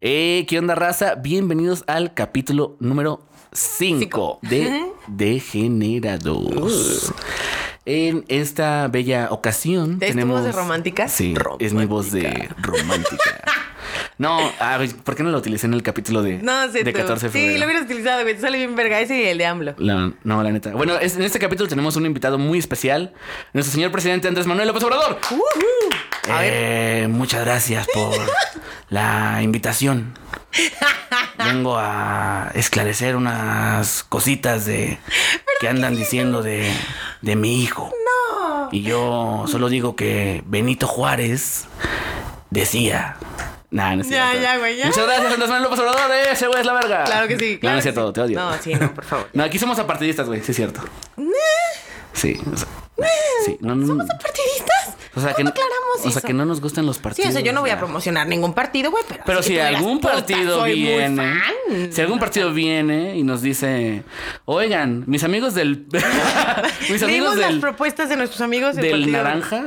Eh, ¿Qué onda, raza? Bienvenidos al capítulo número 5 Cinco. de Degenerados. En esta bella ocasión ¿Es tu tenemos... voz de romántica? Sí, es mi voz de romántica. No, a ver, ¿por qué no lo utilicé en el capítulo de, No sé de tú. 14 de febrero? Sí, lo hubieras utilizado, güey. Te sale bien verga ese y el de AMLO. La- no, la neta. Bueno, es- en este capítulo tenemos un invitado muy especial, nuestro señor presidente Andrés Manuel López Obrador. Uh-huh. Eh, muchas gracias por la invitación. Vengo a esclarecer unas cositas de que andan diciendo de, de mi hijo. Y yo solo digo que Benito Juárez decía. Nah, no es Ya, cierto. ya, güey, ya. Muchas gracias, Andrés Manuel López Obrador. eh, Ese güey es la verga. Claro que sí. No, claro no que es cierto, sí. te odio. No, sí, no, por favor. No, aquí somos apartidistas, güey, sí es cierto. Sí, o sea, sí, no, no, ¿Somos partidistas? o sea que no, aclaramos o sea eso? que no nos gustan los Sí, partidos. o sea, yo no voy a ya. promocionar ningún partido, güey, pero... Pero así si que tú digas, algún puta, partido soy muy viene, fan. si algún partido viene y nos dice, oigan, mis amigos del, mis amigos Leímos las del, propuestas de nuestros amigos del partido. naranja.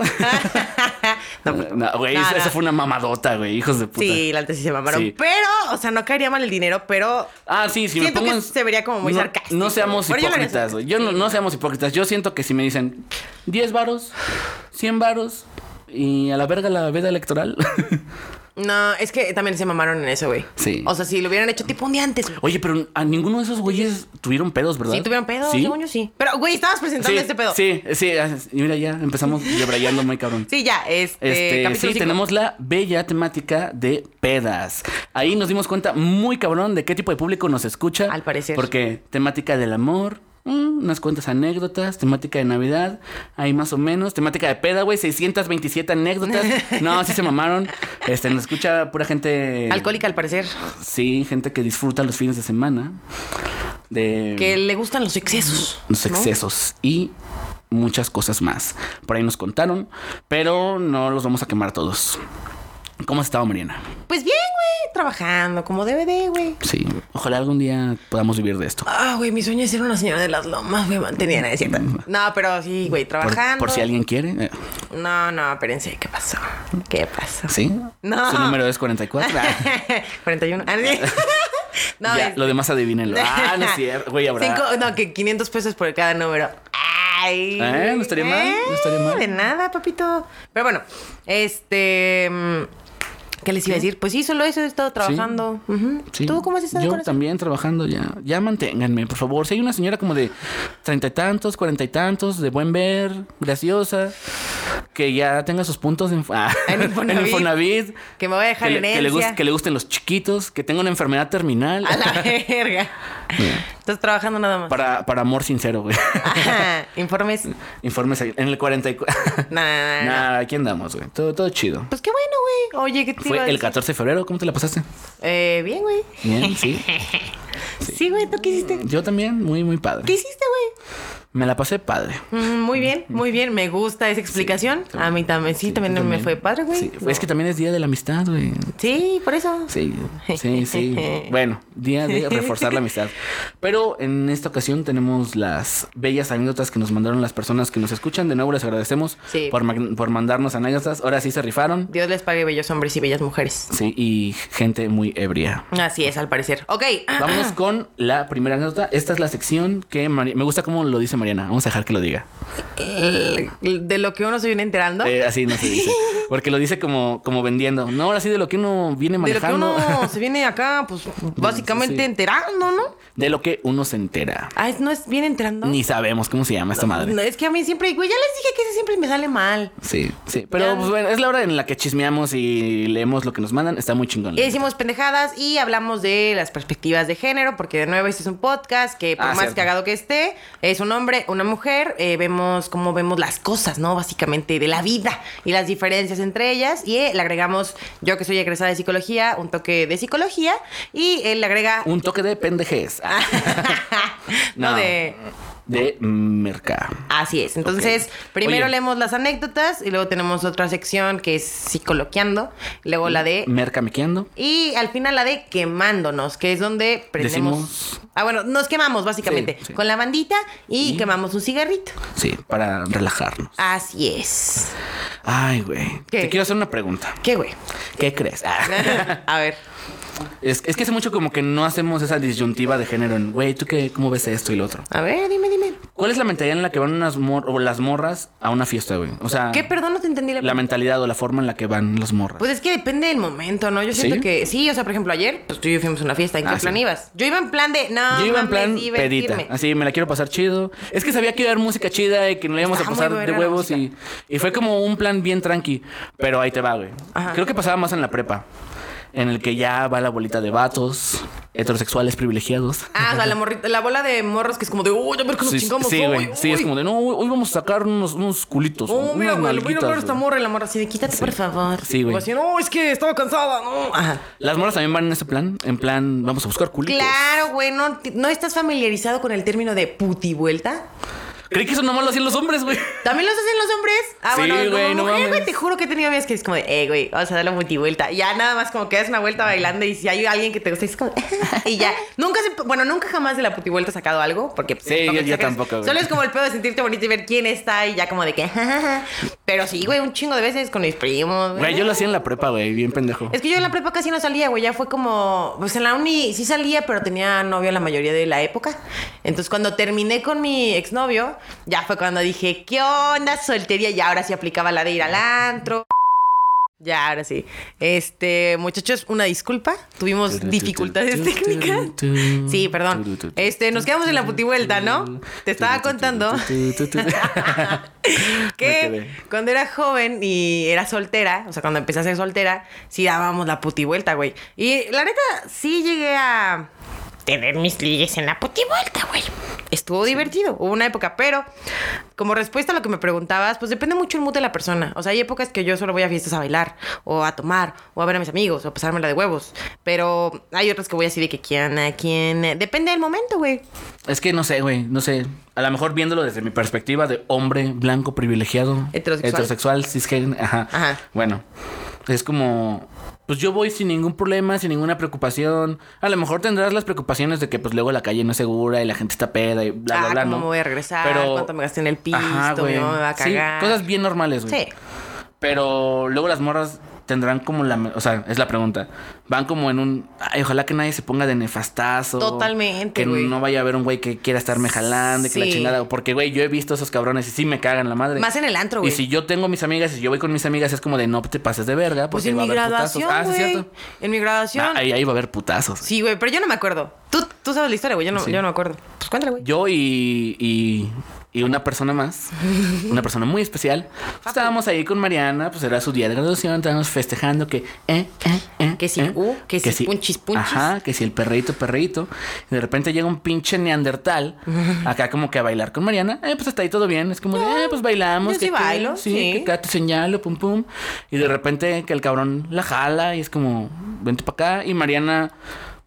no, pues, No, güey, no, esa- no. esa fue una mamadota, güey, hijos de puta. Sí, la antes sí se mamaron. Sí. Pero, o sea, no caería mal el dinero, pero Ah, sí, si Siento me pongo que en- se vería como muy no, sarcástico. No seamos Pero yo lo haría hipócritas, güey. Yo no, sarcástico. no seamos hipócritas. Yo siento que si me dicen 10 varos, 100 varos y a la verga la veda electoral. no, es que también se mamaron en eso, güey. Sí. O sea, si lo hubieran hecho tipo un día antes, güey. Oye, pero a ninguno de esos güeyes tuvieron pedos, ¿verdad? Sí, tuvieron pedo, ¿Sí? según yo sí. Pero, güey, estabas Sí, presentando este pedo. sí, sí, ah, y mira ya, empezamos debrayando muy cabrón. Sí, ya, este. Este, capítulo sí, cinco. tenemos la bella temática de pedas. Ahí nos dimos cuenta muy cabrón de qué tipo de público nos escucha. Al parecer. Porque temática del amor, mm, unas cuantas anécdotas, temática de Navidad, ahí más o menos. Temática de peda, güey, 627 anécdotas. No, sí se mamaron. Este, nos escucha pura gente... Alcohólica, al parecer. Sí, gente que disfruta los fines de semana. De Que le gustan los excesos. los ¿no? excesos y muchas cosas más. Por ahí nos contaron, pero no los vamos a quemar todos. ¿Cómo has estado, Mariana? Pues bien, güey, trabajando como debe de, güey. Sí, ojalá algún día podamos vivir de esto. Ah, güey, mi sueño es ser una señora de las lomas, güey, mantenida, no es cierto. No, pero sí, güey, Por, trabajando. por si alguien quiere. eh, No, no, espérense, ¿qué pasó? ¿Qué pasó? ¿Sí? No. Su número es 44. Ah, 41. Ah, sí. no, ya, es- lo demás adivínenlo. Ah, no es cierto. Güey, habrá. Cinco- no, que 500 pesos por cada número. Ay. ¿Eh? Eh, no estaría mal, no estaría mal. De nada, papito. Pero bueno, este. mm, ¿Qué les iba a decir? Pues sí, solo eso he estado trabajando. Ujú. Sí. ¿Tú cómo has estado Yo con eso? también trabajando ya. Ya manténganme, por favor. Si hay una señora como de treinta y tantos, cuarenta y tantos, de buen ver, graciosa, que ya tenga sus puntos en, ah, En Infonavit. Infonavit, Que me voy a dejar que, le- herencia. que le gust- que le gusten los chiquitos, que tenga una enfermedad terminal. A la verga. Estás trabajando nada más. Para, para amor sincero, güey. Ah. Ajá, Informes. Informes ahí. en el 44. Nada. Nada, aquí andamos, güey. Todo, todo chido. Pues qué bueno, güey. Oye, ¿qué te iba a Fue el decir? 14 de febrero. ¿Cómo te la pasaste? Eh, bien, güey. Bien, sí. Sí, güey, ¿tú qué hiciste? Yo también, muy, muy padre. ¿Qué hiciste, güey? Me la pasé padre. Mm, muy bien, muy bien. Me gusta esa explicación. a mí también, sí, Sí, también, yo me fue padre, güey. Sí, No. Es que también es día de la amistad, güey. Sí, por eso. Sí, sí, sí. bueno, día de reforzar la amistad. Pero en esta ocasión tenemos las bellas anécdotas que nos mandaron las personas que nos escuchan. De nuevo les agradecemos Sí. por, mag- por mandarnos anécdotas. Ahora sí se rifaron. Dios les pague bellos hombres y bellas mujeres. Sí, y gente muy ebria. Así es, al parecer. Ok. ah, Vamos con la primera anécdota. Esta es la sección que Mari- me gusta cómo lo dice Mariana. Vamos a dejar que lo diga. Eh, De lo que uno se viene enterando. Eh, así no se dice. Porque lo dice como, como vendiendo. No, ahora sí de lo que uno viene de lo que manejando. uno se viene acá, pues básicamente sí. enterando, ¿no? de lo que uno se entera. Ah, ¿es- no es bien enterando. Ni sabemos cómo se llama esta madre. No, es que a mí siempre, güey, ya les dije que ese siempre me sale mal. Sí, sí. Ya. Pero pues, bueno, es la hora en la que chismeamos y leemos lo que nos mandan. Está muy chingón. Y decimos pendejadas y hablamos de las perspectivas de género, porque de nuevo este es un podcast que por Ah, más cierto. cagado que esté, es un hombre, una mujer, eh, vemos cómo vemos las cosas, ¿no? Básicamente de la vida y las diferencias entre ellas. Y eh, le agregamos, yo que soy egresada de psicología, un toque de psicología, y él le agrega... Un toque de pendejez. Ah, no, no. de... De merca. Así es. Entonces, Ok. primero Oye. leemos las anécdotas y luego tenemos otra sección que es psicoloqueando, luego la de Merca mequeando. Y al final la de quemándonos, que es donde prendemos. Decimos- Ah, bueno, nos quemamos básicamente Sí, sí. con la bandita y, Y quemamos un cigarrito. Sí, para relajarnos. Así es. Ay, güey. ¿Qué? Te quiero hacer una pregunta. ¿Qué, güey? ¿Qué crees? Ah. A ver. Es, es que hace mucho como que no hacemos esa disyuntiva de género en, güey, ¿tú qué, cómo ves esto y lo otro? A ver, dime, dime. ¿Cuál es la mentalidad en la que van unas mor- o las morras a una fiesta, güey? O sea, ¿Qué? Perdón, no te entendí la Ah. la mentalidad o la forma en la que van las morras. Pues es que depende del momento, ¿no? Yo siento ¿Sí? que sí, o sea, por ejemplo, ayer, pues tú y yo fuimos a una fiesta. ¿En qué Ah, plan sí. ibas? Yo iba en plan de, no, Yo iba en mames, plan pedita, divertirme. así me la quiero pasar chido. Es que sabía que iba a haber música chida y que no la íbamos a Estaba muy pasar de buena la huevos y, y fue como un plan bien tranqui, pero ahí te va, güey. Ajá. Creo que pasaba más en la prepa, en el que ya va la bolita de vatos, heterosexuales privilegiados. Ah, o sea, la, morrita- la bola de morros que es como de, uy, a ver que nos Sí, chingamos. sí, uy, güey. Sí, es uy". como de, no, hoy hoy vamos a sacar unos, unos culitos. Oh, unas mira, güey, le voy a ir a nalguitas, hablar a esta güey". morra y la morra así de quítate, por favor. Sí, güey. O así, no, es que estaba cansada, no. Ajá. Las morras también van en ese plan, en plan, vamos a buscar culitos. Claro, güey, no, ti- no estás familiarizado con el término de puti vuelta. Creí que eso nomás lo hacían los hombres, güey. ¿También los hacen los hombres? Ah, Sí, bueno, güey, como no mujer, güey, mames. te juro que he tenido amigas que es como de, eh, güey, vamos a dar la multivuelta. Y Ya nada más como que das una vuelta bailando y si hay alguien que te gusta, es como, y ya. Nunca se, bueno, nunca jamás de la putivuelta he sacado algo, porque. pues, Sí, tampoco yo- te yo sacas- tampoco, güey. Solo es como el pedo de sentirte bonito y ver quién está y ya como de que, Pero sí, güey, un chingo de veces con mis primos. Güey, yo lo hacía en la prepa, güey, bien pendejo. Es que yo en la prepa casi no salía, güey. Ya fue como. Pues en la uni sí salía, pero tenía novio la mayoría de la época. Entonces, cuando terminé con mi exnovio, ya fue cuando dije, ¿qué onda soltería? Y ahora sí aplicaba la de ir al antro. Ya, ahora sí. Este, muchachos, una disculpa. Tuvimos dificultades técnicas. Sí, perdón. Este, nos quedamos en la putivuelta, ¿no? Te estaba contando que quedé. cuando era joven y era soltera, o sea, cuando empecé a ser soltera, sí dábamos la puti vuelta, güey. Y la neta, sí llegué a tener mis ligues en la puti vuelta, güey. Estuvo divertido, hubo una época, pero como respuesta a lo que me preguntabas, pues depende mucho el mood de la persona. O sea, hay épocas que yo solo voy a fiestas a bailar, o a tomar, o a ver a mis amigos, o a pasármela de huevos. Pero hay otras que voy así de que quién, a quién. eh, Depende del momento, güey. Es que no sé, güey, no sé. A lo mejor viéndolo desde mi perspectiva de hombre blanco privilegiado. Heterosexual. Heterosexual, cisgénero. Ajá. Ajá. Bueno, es como... Pues yo voy sin ningún problema, sin ninguna preocupación. A lo mejor tendrás las preocupaciones de que pues luego la calle no es segura y la gente está peda y bla, Ah, bla, bla, ¿cómo ¿no? voy a regresar? ¿Cuánto me gasté en el pisto? Ajá, Mi güey. mamá me va a Sí, cagar. cosas bien normales, güey. Sí. Pero luego las morras tendrán como la... O sea, es la pregunta. Van como en un... Ay, ojalá que nadie se ponga de nefastazo. Totalmente, Que güey. no vaya a haber un güey que quiera estarme jalando, y que la Sí. chingada... Porque, güey, yo he visto esos cabrones y sí me cagan la madre. Más en el antro, güey. Y si yo tengo mis amigas y si yo voy con mis amigas es como de no te pases de verga. Pues Porque en va mi a haber putazos. graduación, Ah, sí, es güey. cierto. en mi graduación. Ah, ahí, ahí va a haber putazos. Sí, güey, pero yo no me acuerdo. Tú, tú sabes la historia, güey. Yo no, Sí. yo no me acuerdo. Pues cuéntale, güey. Yo y, y, y una persona más, una persona muy especial, pues, estábamos ahí con Mariana, pues era su día de graduación, estábamos festejando que, eh, eh, eh, Que si, eh, uh, que si punchis, punchis. Ajá, que si el perrito, perrito. Y de repente llega un pinche neandertal acá como que a bailar con Mariana. Eh, pues está ahí todo bien, es como, de, eh, pues bailamos. yo que sí acá, bailo, sí, sí. que acá te señalo, pum, pum. Y de repente que el cabrón la jala y es como, vente para acá. Y Mariana,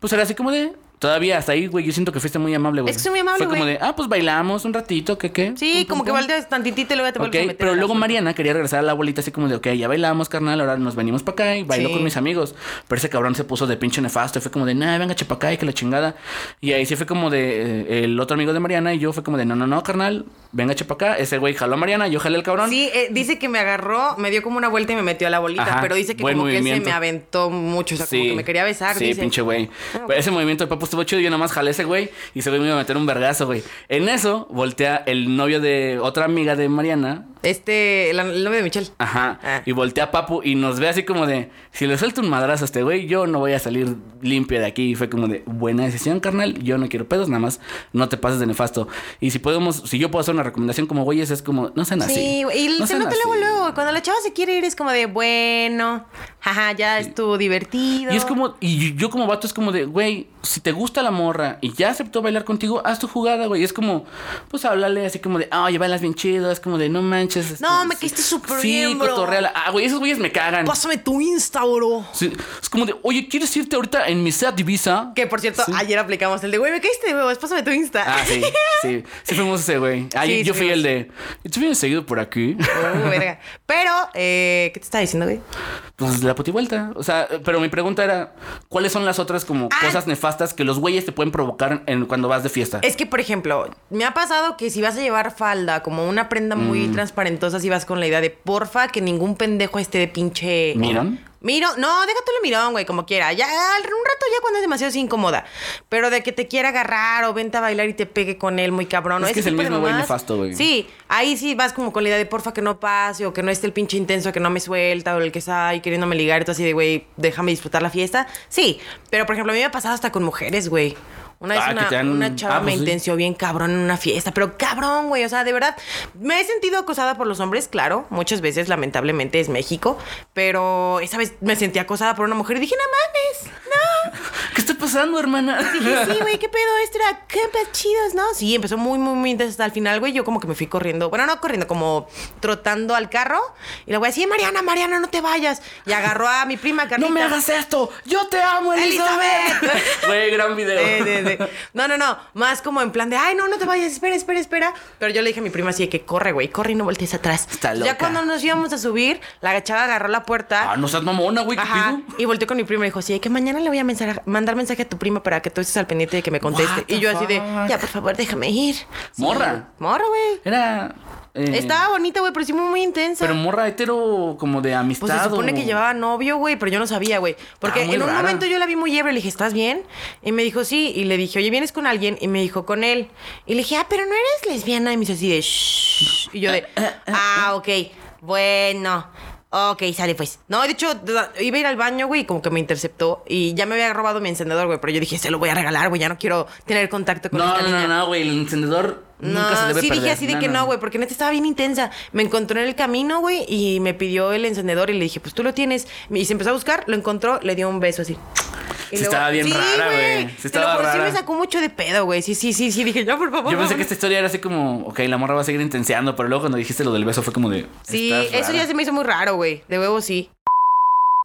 pues era así como de... Todavía hasta ahí, güey, yo siento que fuiste muy amable, güey. Es que soy muy amable, Fue como güey. de, ah, pues bailamos un ratito, ¿qué qué? Sí, como que valdría volteas tantitito y luego te vuelves a meter. pero a la luego zona. Mariana quería regresar a la abuelita así como de, ok, ya bailamos, carnal, ahora nos venimos para acá y bailo Sí. con mis amigos. Pero ese cabrón se puso de pinche nefasto y fue como de, nah, venga, chepa acá y que la chingada. Y ahí sí fue como de, eh, el otro amigo de Mariana y yo fue como de, no, no, no, carnal, venga, chepa acá. Ese güey jaló a Mariana, yo jalé al cabrón. Sí, eh, dice que me agarró, me dio como una vuelta y me metió a la bolita, Ajá, pero dice que buen como que él movimiento. se me aventó mucho, o sea, como que me quería besar. Ah, Sí, dice. pinche güey. Pero ese movimiento de papo estuvo chido. Yo nomás jalé ese güey y se me iba a meter un vergazo, güey. En eso voltea el novio de otra amiga de Mariana. Este, el, el novio de Michelle. Ajá. Ah. Y voltea Papu y nos ve así como de: Si le suelto un madrazo a este güey, yo no voy a salir limpio de aquí. Y fue como de: Buena decisión, carnal. Yo no quiero pedos, nada más no te pases de nefasto. Y si podemos, si yo puedo hacer una recomendación como güeyes, es como: No sean así. Sí, güey, y No se sean nota luego, así. luego. Cuando la chava se quiere ir es como de, bueno, jaja, ya estuvo divertido. Y es como, y yo- yo como vato es como de, güey, si te gusta la morra y ya aceptó bailar contigo, haz tu jugada, güey. Y es como, pues háblale así como de, oye, bailas bien chido. Es como de, no manches. este, No, me sí. caíste súper Sí, bien, bro. Pues, cotorréala. Ah, güey, esos güeyes me cagan. Pásame tu Insta, bro. Sí, es como de, oye, ¿quieres irte ahorita en mi SEAT Divisa? Que por cierto, ayer aplicamos el de, güey, me caíste de huevos, pásame tu Insta. Ah, sí, sí. Sí fuimos ese güey. Ah, Sí, yo- yo sí fui fuimos. el de, ¿tú vienes seguido por aquí? Oh, verga. Pero, eh, ¿qué te estaba diciendo, güey? Pues la puti vuelta. O sea, pero mi pregunta era, ¿cuáles son las otras como Ah. cosas nefastas que los güeyes te pueden provocar en, cuando vas de fiesta? Es que, por ejemplo, me ha pasado que si vas a llevar falda, como una prenda Mm. muy transparentosa, si vas con la idea de porfa que ningún pendejo esté de pinche. ¿Mirón? Miro, no, déjatelo mirón, güey, como quiera. Ya, al- un rato ya cuando es demasiado se incomoda. Pero de que te quiera agarrar o vente a bailar y te pegue con él muy cabrón. Es o que ese es el tipo de mismo güey mamadas. nefasto, güey. Sí, ahí sí vas como con la idea de porfa que no pase o que no esté el pinche intenso que no me suelta o el que está ahí queriéndome ligar y tú así de, güey, déjame disfrutar la fiesta. Sí, pero por ejemplo, a mí me ha pasado hasta con mujeres, güey. Una vez Ah, que una, te han- una chava ah, pues me sí. intenció bien cabrón en una fiesta, pero cabrón, güey, o sea, de verdad, me he sentido acosada por los hombres, claro, muchas veces, lamentablemente, es México, pero esa vez me sentí acosada por una mujer y dije, no mames, ¿Qué está pasando, hermana? dije, sí, güey, qué pedo, esto era, qué pedo chidos, ¿no? Sí, empezó muy, muy, muy intenso hasta el final, güey. Yo como que me fui corriendo, bueno, no corriendo, como trotando al carro. Y la güey, sí, Mariana, Mariana, no te vayas. Y agarró a mi prima Carlita. ¡No me hagas esto! ¡Yo te amo, Elizabeth! Elizabeth. Güey, gran video. Sí, sí, sí. No, no, no. Más como en plan de, ay, no, no te vayas, espera, espera, espera. Pero yo le dije a mi prima así de que corre, güey, corre y no voltees atrás. Está Ya loca. cuando nos íbamos a subir, la chava agarró la puerta. Ah, no seas mamona, güey, ¿qué Ajá, pido? y volteó con mi prima y dijo, sí, que mañana le voy a mensaje- mandar mensaje a tu prima para que tú estés al pendiente de que me conteste. What the Y yo así de, fuck? ya, por favor, déjame ir. Sí, Morra. Morra, güey. Era. eh, Estaba bonita, güey, pero sí muy, muy intensa. Pero morra hetero, como de amistad. Pues se supone o- que llevaba novio, güey, pero yo no sabía, güey. Porque muy en un rara. momento yo la vi muy ebria, le dije, ¿estás bien? Y me dijo, sí. Y le dije, oye, ¿vienes con alguien? Y me dijo, con él. Y le dije, ah, pero no eres lesbiana. Y me hizo así de, shh. Y yo de, ah, ok, bueno. Ok, sale pues. No, de hecho, da- iba a ir al baño, güey, y como que me interceptó. Y ya me había robado mi encendedor, güey, pero yo dije, se lo voy a regalar, güey, ya no quiero tener contacto con No, esta no, no, niña". no, güey, el encendedor No, nunca se debe sí perder. dije así de que no, güey, porque neta estaba bien intensa. Me encontró en el camino, güey, y me pidió el encendedor y le dije, pues tú lo tienes. Y se empezó a buscar, lo encontró, le dio un beso así. Y Sí estaba bien rara, güey. Sí Te estaba lo juro, sí rara. me sacó mucho de pedo, güey. Sí, sí, sí, sí. Dije, ya, por favor. Yo pensé vámonos". que esta historia era así como, ok, la morra va a seguir intenseando, pero luego cuando dijiste lo del beso fue como de. Sí, "Estás eso rara". ya se me hizo muy raro, güey. De huevo sí.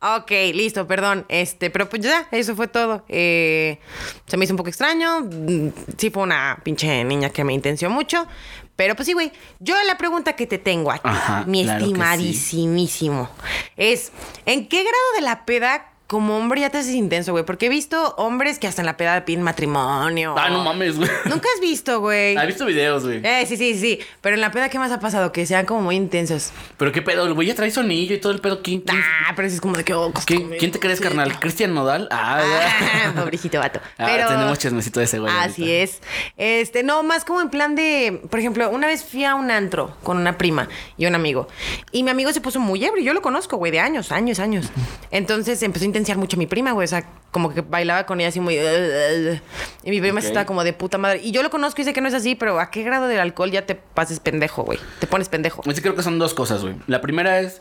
Ok, listo, perdón. Este, pero pues ya, eso fue todo. Eh, se me hizo un poco extraño. Mm, Sí fue una pinche niña que me intenció mucho. Pero pues sí, güey. Yo la pregunta que te tengo a ti, Ajá, mi claro que sí. estimadísimísimo, es: ¿en qué grado de la peda como hombre ya te haces intenso, güey? Porque he visto hombres que hasta en la peda piden matrimonio. Ah, no mames, güey. Nunca has visto, güey. He visto videos, güey. Eh, sí, sí, sí. Pero en la peda, ¿qué más ha pasado? Que sean como muy intensos. Pero qué pedo, el güey ya trae sonillo y todo el pedo. ¿Quién, quién, Ah, pero sí es como de que. oh, quién- costumbre. quién te crees, carnal? ¿Cristian Nodal? Ah, ya. Ah, pobrecito vato. Ah, Pero. tenemos chismecito de ese güey. Así ahorita. es. Este, no, más como en plan de, por ejemplo, una vez fui a un antro con una prima y un amigo. Y mi amigo se puso muy ebrio, yo lo conozco, güey, de años, años, años. Entonces empezó a intensiar mucho a mi prima, güey, o sea, como que bailaba con ella así muy... Y mi prima se Ok. estaba como de puta madre. Y yo lo conozco y sé que no es así, pero ¿a qué grado del alcohol ya te pases pendejo, güey? Te pones pendejo. Yo sí creo que son dos cosas, güey. La primera es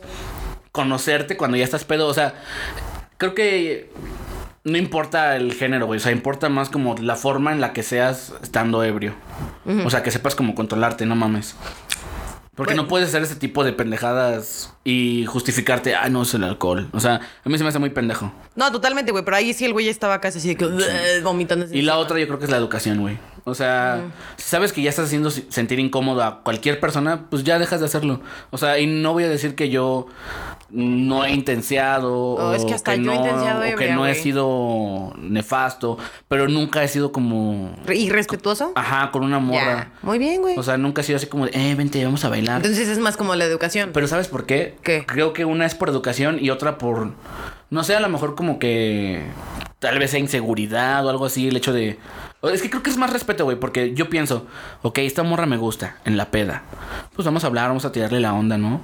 conocerte cuando ya estás pedo. O sea, creo que no importa el género, güey. O sea, importa más como la forma en la que seas estando ebrio. O sea, que sepas como controlarte, no mames. Porque no puedes hacer ese tipo de pendejadas y justificarte, ah, no es el alcohol. O sea, a mí se me hace muy pendejo. No, totalmente, güey, pero ahí sí el güey estaba casi así de que... vomitando. Y la otra yo creo que es la educación, güey. O sea, si sabes que ya estás haciendo si- sentir incómodo a cualquier persona, pues ya dejas de hacerlo. O sea, y no voy a decir que yo no he intensiado o Oh, es que hasta yo he no, intensiado o que ebria, no he güey. sido nefasto, pero nunca he sido como ¿Irrespetuoso? ajá, con una morra. Ya. Muy bien, güey. O sea, nunca he sido así como, de, eh, vente, vamos a bailar. Entonces es más como la educación. Pero ¿sabes por qué? ¿Qué? Creo que una es por educación y otra por, no sé, a lo mejor como que tal vez sea inseguridad o algo así, el hecho de... o Es que creo que es más respeto, güey, porque yo pienso, ok, esta morra me gusta en la peda. Pues vamos a hablar, vamos a tirarle la onda, ¿no?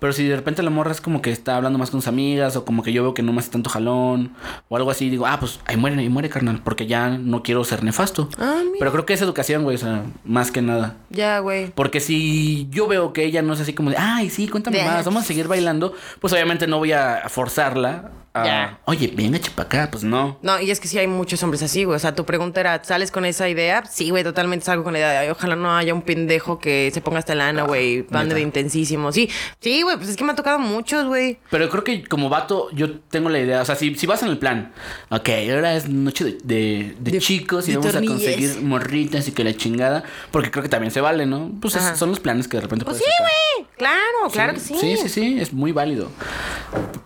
Pero si de repente la morra es como que está hablando más con sus amigas o como que yo veo que no me hace tanto jalón o algo así, digo, ah, pues ahí muere, ahí muere, carnal, porque ya no quiero ser nefasto. Ah, mira. Pero creo que es educación, güey, o sea, más que nada. ya, güey. Porque si yo veo que ella no es así como de, ay, sí, cuéntame De- más, vamos a seguir bailando, pues obviamente no voy a forzarla a, Ya. oye, venga, chapa acá, pues no. No, y es que sí hay muchos hombres así, güey. O sea, tu pregunta era, sales con esa idea, sí, güey, totalmente salgo con la idea de, "Ay, ojalá no haya un pendejo que se ponga hasta lana, güey, banda de intensísimo. Sí, sí, güey, pues es que me han tocado muchos, güey. Pero creo que como vato, yo tengo la idea. O sea, si, si vas en el plan, ok, ahora es noche de, de- de De- chicos y de vamos a tornillas. conseguir morritas y que la chingada. Porque creo que también se vale, ¿no? Pues esos Ajá. son los planes que de repente Pues sí, puedes sacar. güey, claro, claro que sí. Sí, sí, sí, es muy válido.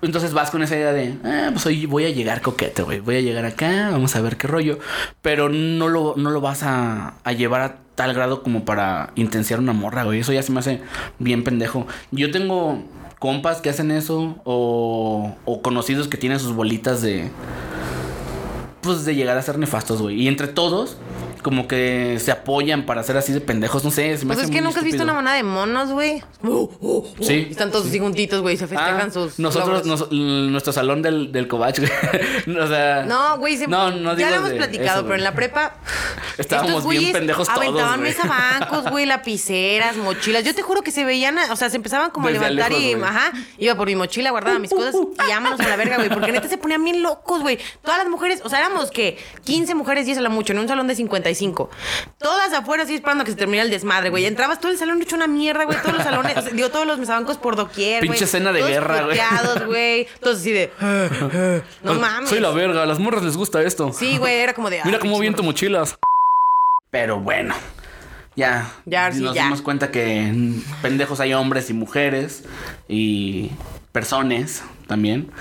Entonces vas con esa idea de, ah, pues hoy voy a llegar coqueto, güey, voy a llegar acá, vamos a ver qué rollo, pero no lo, no lo vas a, a llevar a tal grado como para intensiar una morra, güey, eso ya se me hace bien pendejo. Yo tengo compas que hacen eso o, o conocidos que tienen sus bolitas de, pues de llegar a ser nefastos, güey, y entre todos... Como que se apoyan para ser así de pendejos, no sé. se me Pues hace es que muy nunca has visto estúpido. una manada de monos, güey. Sí. Están todos así juntitos, güey, se festejan Ah, sus. Nosotros, logros. nos- l- nuestro salón del, del Covach, güey. o sea. No, güey, siempre. No, no ya digo lo hemos de platicado, eso, pero güey. en la prepa. Estábamos estos bien güeyes pendejos todos, Aventaban güey. mesabancos, güey, lapiceras, mochilas. Yo te juro que se veían, o sea, se empezaban como Desde a levantar y, lejos, güey. ajá, iba por mi mochila, guardaba mis cosas y vámonos a la verga, güey, porque neta se ponían bien locos, güey. Todas las mujeres, o sea, éramos que 15 mujeres, 10 a la mucho, en un salón de 55. Todas afuera así esperando que se terminara el desmadre, güey. Entrabas todo el salón hecho una mierda, güey, todos los salones, o sea, digo, todos los mesabancos por doquier, güey. Pinche escena de Todos guerra, güey. puteados, güey. Todos así de, "Ah, no mames. Soy la verga, a las morras les gusta esto. Sí, güey, era como de. Mira ah, cómo pinche viento mochilas. Pero bueno. Ya. Ya, ahora sí, Nos ya. dimos cuenta que mm, pendejos hay hombres y mujeres. Y personas también.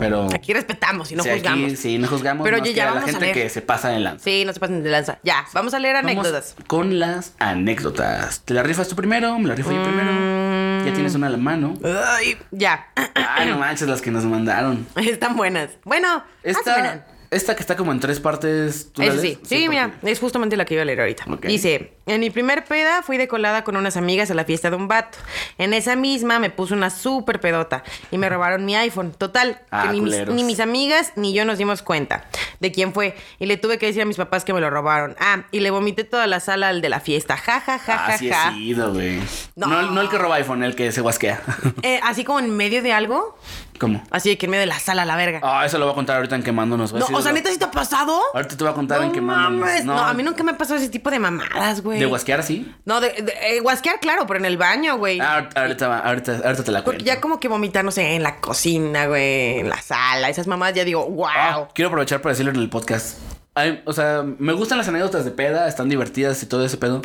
Pero. Aquí respetamos y no sí, aquí juzgamos. sí, no juzgamos. Pero más oye, que ya a la vamos a gente ver. que se pasa de lanza. Sí, no se pasen de lanza. Ya, vamos a leer Vamos anécdotas. con las anécdotas. ¿Te la rifas tú primero? ¿Me la rifo yo Mm. primero? Ya tienes una a la mano. Ay, ya. Ay, no manches, las que nos mandaron. Están buenas. Bueno, ah, Esta, esta. esta que está como en tres partes. ¿tú la Eso sí. lees? Sí, mira, porque- es justamente la que iba a leer ahorita. Ok. Dice, en mi primer peda fui de colada con unas amigas a la fiesta de un vato. En esa misma me puse una súper pedota y me robaron mi iPhone. Total, Ah, que ni, mis, culeros. ni mis amigas ni yo nos dimos cuenta de quién fue. Y le tuve que decir a mis papás que me lo robaron. Ah, y le vomité toda la sala al de la fiesta. Ja, ja, ja, Ah, ja, sí he ja. sido, güey. No. No. No, el que roba iPhone, el que se guasquea. Eh, así como en medio de algo. ¿Cómo? Así de que en medio de la sala, la verga. Ah, eso lo voy a contar ahorita en quemándonos. güey. No, Sí, o sea, lo- neta, ¿sí te ha pasado? Ahorita te voy a contar en No quemándonos. mames. No, a mí nunca me ha pasado ese tipo de mamadas, güey. ¿De guasquear sí? No, de, de- eh, guasquear, claro, pero en el baño, güey. Ah, ahor- ahorita, va- ahorita, ahorita te la cuento. Porque ya como que vomitar, no sé, en la cocina, güey, en la sala, esas mamás, ya digo, wow. Ah, quiero aprovechar para decirlo en el podcast. Ay, o sea, me gustan las anécdotas de peda, están divertidas y todo ese pedo.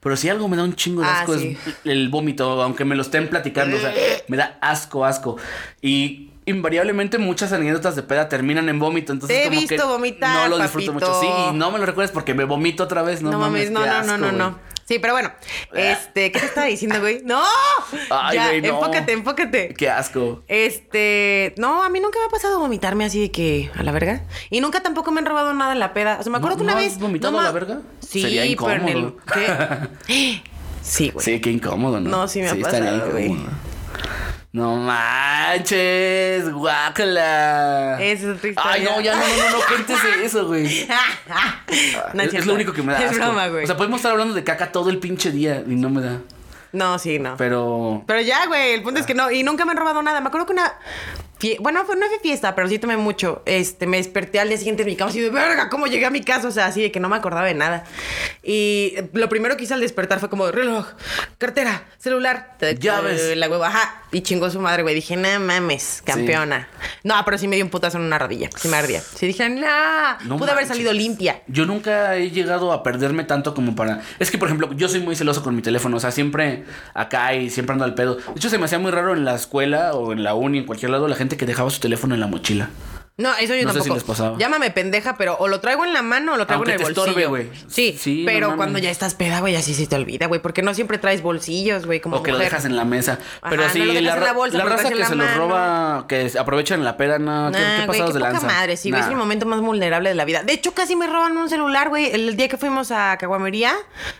Pero si algo me da un chingo de Ah, asco sí. es el vómito, aunque me lo estén platicando. o sea, me da asco, asco. Y invariablemente muchas anécdotas de peda terminan en vómito. Entonces, Te he como que visto vomitar, No lo disfruto papito. mucho. Sí, y no me lo recuerdes porque me vomito otra vez. No, no, mames, no, qué no, asco, no, no, güey. Ah. no. Sí, pero bueno, este, ¿qué te estaba diciendo, güey? ¡No! Ay, ya, güey, no. enfócate, enfócate. Qué asco. Este, no, a mí nunca me ha pasado vomitarme así de que a la verga. Y nunca tampoco me han robado nada en la peda. O sea, me acuerdo ¿No- que una no vez. has vomitado no a la ma- verga? Sí, Sería pero en el. incómodo. ¿qué? Sí, güey. Sí, qué incómodo, ¿no? pues. No, sí me ha estaría pasado, güey. incómodo. No manches, guácala. Esa es otra historia. Ay, no, ya no, no, no, no cuentes eso, güey. No, es, es cierto. lo único que me da Es asco. broma, güey. O sea, podemos estar hablando de caca todo el pinche día y no me da. no, sí, no. Pero, Pero. ya, güey, el punto es que no. Y nunca me han robado nada. Me acuerdo que una. fie- Bueno, fue, no fue fiesta, pero sí tomé mucho. Este, me desperté al día siguiente en mi cama así de verga, ¿cómo llegué a mi casa? O sea, así de que no me acordaba de nada. Y eh, lo primero que hice al despertar fue como reloj, cartera, celular, te- Llaves. eh, La hueva, ajá. Y chingó su madre, güey. Dije, no mames, campeona. No, pero sí me dio un putazo en una rodilla. Sí me ardía. Sí dije, nah, No pude haber manches. salido limpia. Yo nunca he llegado a perderme tanto como para. Es que, por ejemplo, yo soy muy celoso con mi teléfono. O sea, siempre acá y siempre ando al pedo. De hecho, se me hacía muy raro en la escuela o en la uni, en cualquier lado, la gente que dejaba su teléfono en la mochila. No, eso yo No sé tampoco. si les pasaba. Llámame pendeja, pero o lo traigo en la mano o lo traigo Aunque en el te bolsillo. estorbe, güey. Sí, Sí, no pero mames. cuando ya estás peda, güey, así se te olvida, güey, porque no siempre traes bolsillos, güey, como O que lo mujer. dejas en la mesa. Ajá, Pero no sí, lo dejas la, en la ra- bolsa, la lo raza traes en que la se los mano. roba, que se aprovechan la peda, no, ¿qué, Nah, qué güey, pasados de poca lanza? madre, sí, güey, es Nah. el momento más vulnerable de la vida. De hecho, casi me roban un celular, güey. El día que fuimos a Caguamería,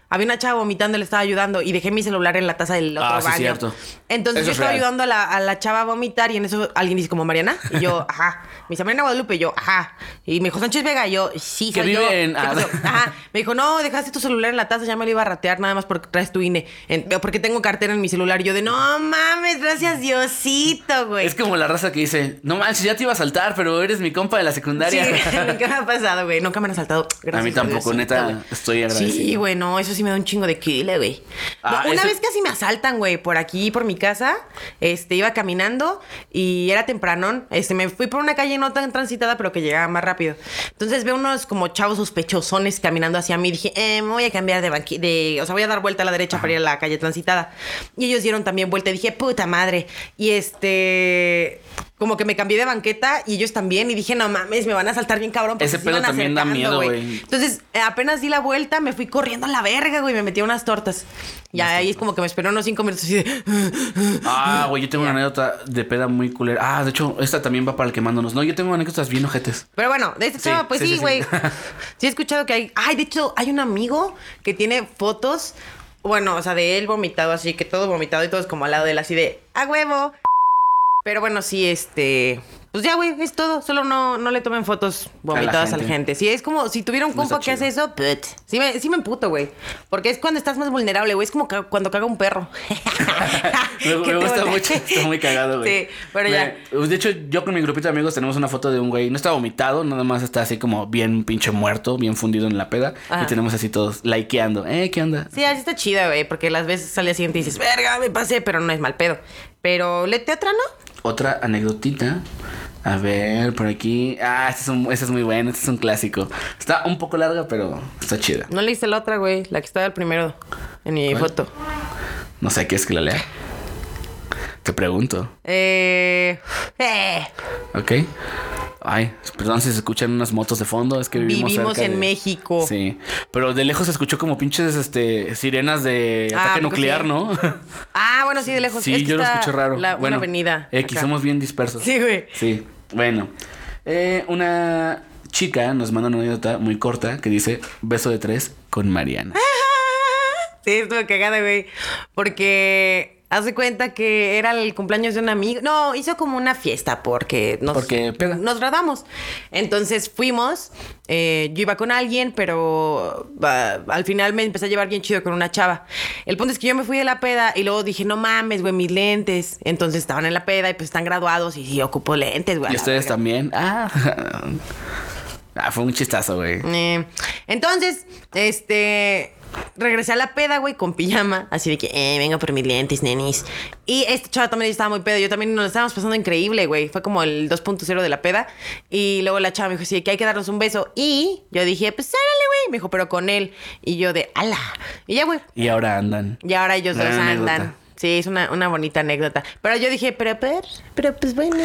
había una chava vomitando, le estaba ayudando y dejé mi celular en la taza del otro Ah, sí, baño. cierto. Entonces Eso yo es estaba real. ayudando a la, a la chava a vomitar y en eso alguien dice como Mariana y yo, ajá, mis Carmen Guadalupe, yo, ajá. Y me dijo, Sánchez Vega, yo, sí, Que soy vive yo. en- ¿Qué ah. pasó? Ajá. Me dijo, no, dejaste tu celular en la taza, ya me lo iba a ratear nada más porque traes tu INE. En- porque tengo cartera en mi celular. Y yo de, no mames, gracias Diosito, güey. Es como la raza que dice, no manches, ya te iba a saltar, pero eres mi compa de la secundaria. Sí, nunca me ha pasado, güey. Nunca me han asaltado. Gracias a mí tampoco, Diosito, neta, güey. estoy agradecido. Sí, güey, no, eso sí me da un chingo de kile, güey. Ah, No, una eso- vez casi me asaltan, güey, por aquí, por mi casa. Este, iba caminando y era tempranón. Este, me fui por una calle no tan transitada, pero que llegaba más rápido. Entonces veo unos como chavos sospechosones caminando hacia mí. Dije, eh, me voy a cambiar de banqui, de, o sea, voy a dar vuelta a la derecha para ir a la calle transitada. Y ellos dieron también vuelta y dije, puta madre. Y este, como que me cambié de banqueta y ellos también. Y dije, no mames, me van a saltar bien cabrón. porque Ese se pedo iban también da miedo, acercando, güey. entonces, eh, apenas di la vuelta, me fui corriendo a la verga, güey. Me metí a unas tortas. Y ahí es como que me esperó unos cinco minutos así de. Ah, güey, yo tengo una anécdota de peda muy culera. Ah, de hecho, esta también va para el quemándonos. No, yo tengo anécdotas bien ojetes. Pero bueno, de este Sí, tema, pues sí, sí, sí, sí. güey. Sí, he escuchado que hay. Ay, de hecho, hay un amigo que tiene fotos. Bueno, o sea, de él vomitado así, que todo vomitado y todos como al lado de él, así de. ¡A huevo! Pero bueno, sí, este. Pues ya, güey, es todo. Solo no, no le tomen fotos vomitadas a la gente. gente. Sí, es como si tuviera un No está compa que hace chido. eso, put. Sí me, sí me emputo, güey. Porque es cuando estás más vulnerable, güey. Es como ca- cuando caga un perro. Me, Que me te gusta voltea. mucho, está muy cagado, güey. Sí, pero ya. Me- pues, De hecho, yo con mi grupito de amigos tenemos una foto de un güey. No está vomitado, nada más está así como bien pinche muerto, bien fundido en la peda. Ajá. Y tenemos así todos likeando. Eh, ¿qué onda? Sí, así está chida, güey, porque las veces al día siguiente dices, verga, me pasé, pero no es mal pedo. Pero le teatra, ¿no? Otra anécdotita. A ver, por aquí. Ah, este es, un- este es muy bueno, este es un clásico. Está un poco larga, pero está chida. No le hice la otra, güey, la que estaba al primero en mi ¿Cuál? foto. No sé, ¿quieres que la lea? Te pregunto. Eh, eh, Ok. Ay, perdón si se escuchan unas motos de fondo, es que vivimos, Vivimos cerca en de- México. Sí, pero de lejos se escuchó como pinches este sirenas de Ah, ataque ¿a poco nuclear, sí? ¿no? Ah, bueno, sí, de lejos. sí, Es que yo lo está escuché raro. la- bueno, una avenida. X, acá. somos bien dispersos. Sí, güey. Sí, bueno. Eh, una chica nos manda una anécdota muy corta que dice beso de tres con Mariana. Ah, Sí, estuve cagada, güey. Porque hace cuenta que era el cumpleaños de un amigo. No, hizo como una fiesta porque nos, Porque peda. nos graduamos. Entonces fuimos. eh, yo iba con alguien, pero ah, al final me empecé a llevar bien chido con una chava. El punto es que yo me fui de la peda y luego dije, no mames, güey, mis lentes. Entonces estaban en la peda y pues están graduados y sí, ocupo lentes, güey. a Y la ustedes verga. también. Ah. ah, fue un chistazo, güey. Eh, entonces, este. Regresé a la peda, güey, con pijama. Así de que, eh, venga por mis lentes, nenis. Y este chava también estaba muy pedo. Yo también nos la estábamos pasando increíble, güey. Fue como el 2.0 de la peda. Y luego la chava me dijo, sí, que hay que darnos un beso. Y yo dije, pues árale, güey. Me dijo, pero con él. Y yo de, ala. Y ya, güey. Y ahora andan. Y ahora ellos dos Gran anécdota. andan. Sí, es una, una bonita anécdota. Pero yo dije, pero, pero, pero pues bueno.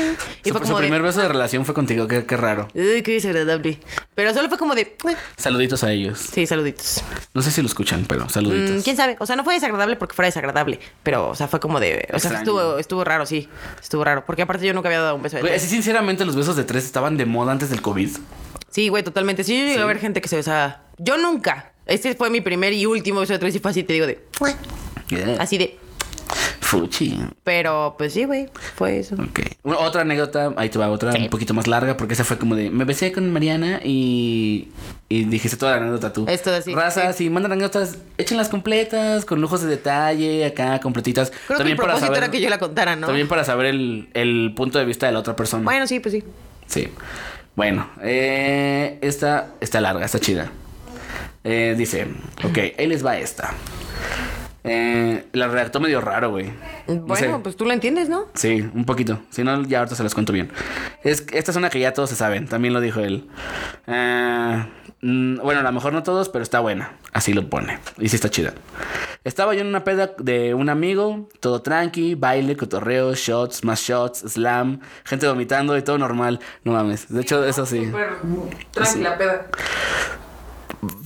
Y su fue su como de, primer beso de relación fue contigo, qué, qué raro. uy, qué desagradable. Pero solo fue como de, "Ueh". Saluditos a ellos. sí, saluditos. No sé si lo escuchan, pero Mm, saluditos. ¿Quién sabe? O sea, no fue desagradable porque fuera desagradable, pero, o sea, fue como de... O sea, Extraño. estuvo, estuvo raro, sí. Estuvo raro. Porque aparte yo nunca había dado un beso de Güey, tres. así sinceramente los besos de tres estaban de moda antes del COVID. Sí, güey, totalmente. Sí, yo llegué a ver gente que se besaba. Yo nunca. Este fue mi primer y último beso de tres y fue así, te digo, de... "Mua", Así de... Fuchi. Pero, pues sí, güey, fue eso. Ok. Bueno, otra anécdota, ahí te va otra, un poquito más larga, porque esa fue como de, me besé con Mariana y, y dijiste toda la anécdota tú. Es todo así, Raza, si mandan anécdotas, échenlas completas, con lujos de detalle, acá, completitas. Creo que el propósito era que yo la contara, ¿no? También para saber el, el punto de vista de la otra persona. Bueno, sí, pues sí. Sí. Bueno, eh, esta está larga, está chida. Eh, dice, ok, ahí les va esta. Eh, la redactó medio raro, güey. No Bueno, sé. pues tú lo entiendes, ¿no? Sí, un poquito. Si no, ya ahorita se las cuento bien. Es, que esta es una que ya todos se saben, también lo dijo él. Ah, mm, bueno, a lo mejor no todos, pero está buena. Así lo pone. Y sí está chida. Estaba yo en una peda de un amigo, todo tranqui, baile, cotorreo, shots, más shots, slam, gente vomitando y todo normal. No mames. De hecho, eso sí. Tranquila, peda.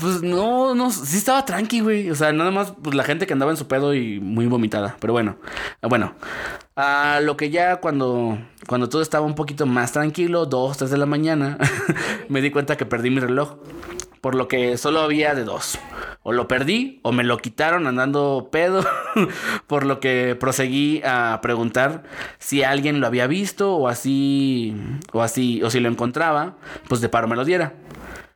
Pues no, no, sí estaba tranqui, güey. O sea, nada más pues, la gente que andaba en su pedo y muy vomitada. Pero bueno, Ah, bueno. A lo que ya cuando, cuando todo estaba un poquito más tranquilo, dos, tres de la mañana, me di cuenta que perdí mi reloj. Por lo que solo había de dos. o lo perdí o me lo quitaron andando pedo, por lo que proseguí a preguntar si alguien lo había visto o así, o así, o si lo encontraba, pues de paro me lo diera.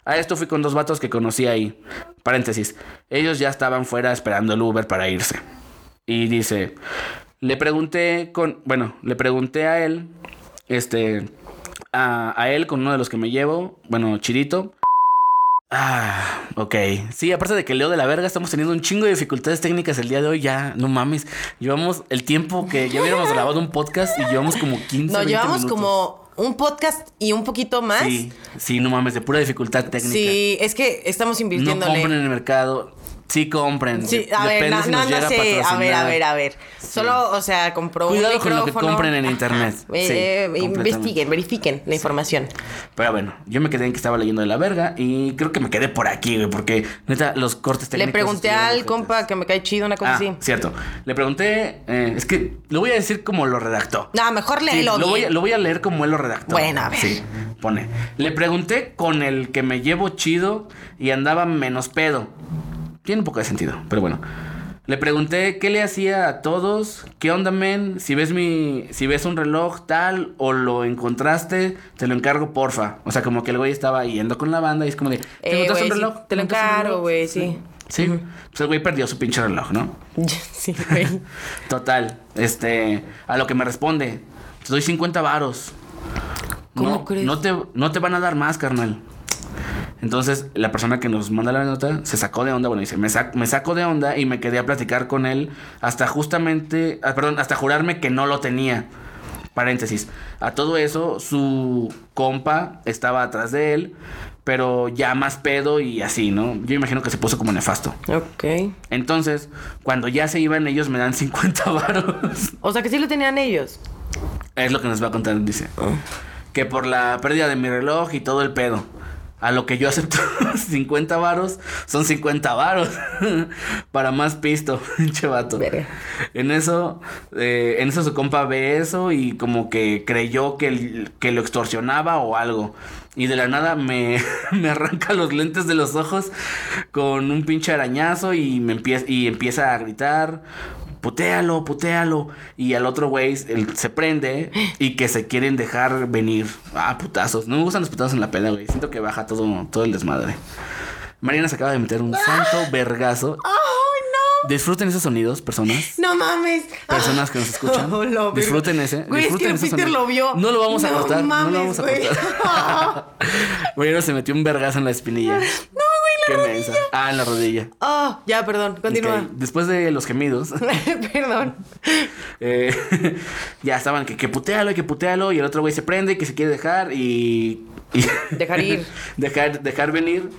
A Ah, esto fui con dos vatos que conocí ahí. Paréntesis. Ellos ya estaban fuera esperando el Uber para irse. Y dice, le pregunté con, bueno, le pregunté a él, este, a, a él con uno de los que me llevo, bueno, Chirito. Ah, ok. Sí, aparte de que Leo de la verga, estamos teniendo un chingo de dificultades técnicas el día de hoy. Ya, no mames. Llevamos el tiempo que ya hubiéramos grabado un podcast y llevamos como 15 No, 20 llevamos minutos. como un podcast y un poquito más. Sí, sí, no mames, de pura dificultad técnica. Sí, es que estamos No invirtiéndole. compren en el mercado. Sí compren. Sí, De- a ver, depende no, si no, nos no llega sé. A ver, a patrocinado. ver, a ver. Solo, o sea, compró un Cuidado con lo micrófono. que compren en internet. Eh, Sí, eh, completamente. investiguen, verifiquen la información. Pero bueno, yo me quedé en que estaba leyendo de la verga y creo que me quedé por aquí, güey, porque neta, los cortes Le técnicos. pregunté estuvieron al ojetes. compa que me cae chido, una cosa Ah, así. cierto. Le pregunté, eh, es que lo voy a decir como lo redactó. No, mejor Sí, léelo lo, voy, bien. a- lo voy a leer como él lo redactó. Bueno, a ver. Sí, pone. Le pregunté con el que me llevo chido y andaba menos pedo. Tiene un poco de sentido, pero bueno. Le pregunté qué le hacía a todos, qué onda, men, si ves mi, si ves un reloj tal o lo encontraste, te lo encargo, porfa. O sea, como que el güey estaba yendo con la banda y es como de, ¿te Eh, encontraste güey, un sí, reloj? te lo encontraste un encargo, reloj?" güey, sí. Sí, pues el güey perdió su pinche reloj, ¿no? sí, güey. Total, este, a lo que me responde, te doy 50 varos. ¿Cómo no, crees? No te, no te van a dar más, carnal. Entonces, la persona que nos manda la nota se sacó de onda, bueno, dice, me, sac- me saco de onda y me quedé a platicar con él hasta justamente, ah, perdón, hasta jurarme que no lo tenía. Paréntesis. A todo eso, su compa estaba atrás de él, pero ya más pedo y así, ¿no? Yo imagino que se puso como nefasto. Ok. Entonces, cuando ya se iban ellos, me dan 50 varos. O sea, que sí lo tenían ellos. Es lo que nos va a contar, dice. Que por la pérdida de mi reloj y todo el pedo. A lo que yo acepto 50 varos, son 50 varos. Para más pisto, pinche vato. Verga. En eso, eh, en eso su compa ve eso y como que creyó que, el- que lo extorsionaba o algo. Y de la nada me, me arranca los lentes de los ojos con un pinche arañazo y, me empieza, y empieza a gritar. Putéalo, putéalo. Y al otro güey él se prende y que se quieren dejar venir. Ah, putazos. No me gustan los putazos en la peda, güey. Siento que baja todo, todo el desmadre. Mariana se acaba de meter un santo vergazo. ¡Ay, no! Disfruten esos sonidos, personas ¡No mames! personas que nos escuchan. Oh, la verga. disfruten ese. Güey, disfruten es que esos Peter sonidos. lo vio. No lo vamos a No cortar. no mames, lo vamos a güey. cortar. Bueno, se metió un vergazo en la espinilla. No, güey, la rodilla. Ah, en la rodilla. Ah, ya, perdón, continúa. Ok, Después de los gemidos, perdón. eh, ya estaban que, que putealo, que putealo. Y el otro güey se prende, que se quiere dejar y. y- Dejar ir. dejar, dejar venir.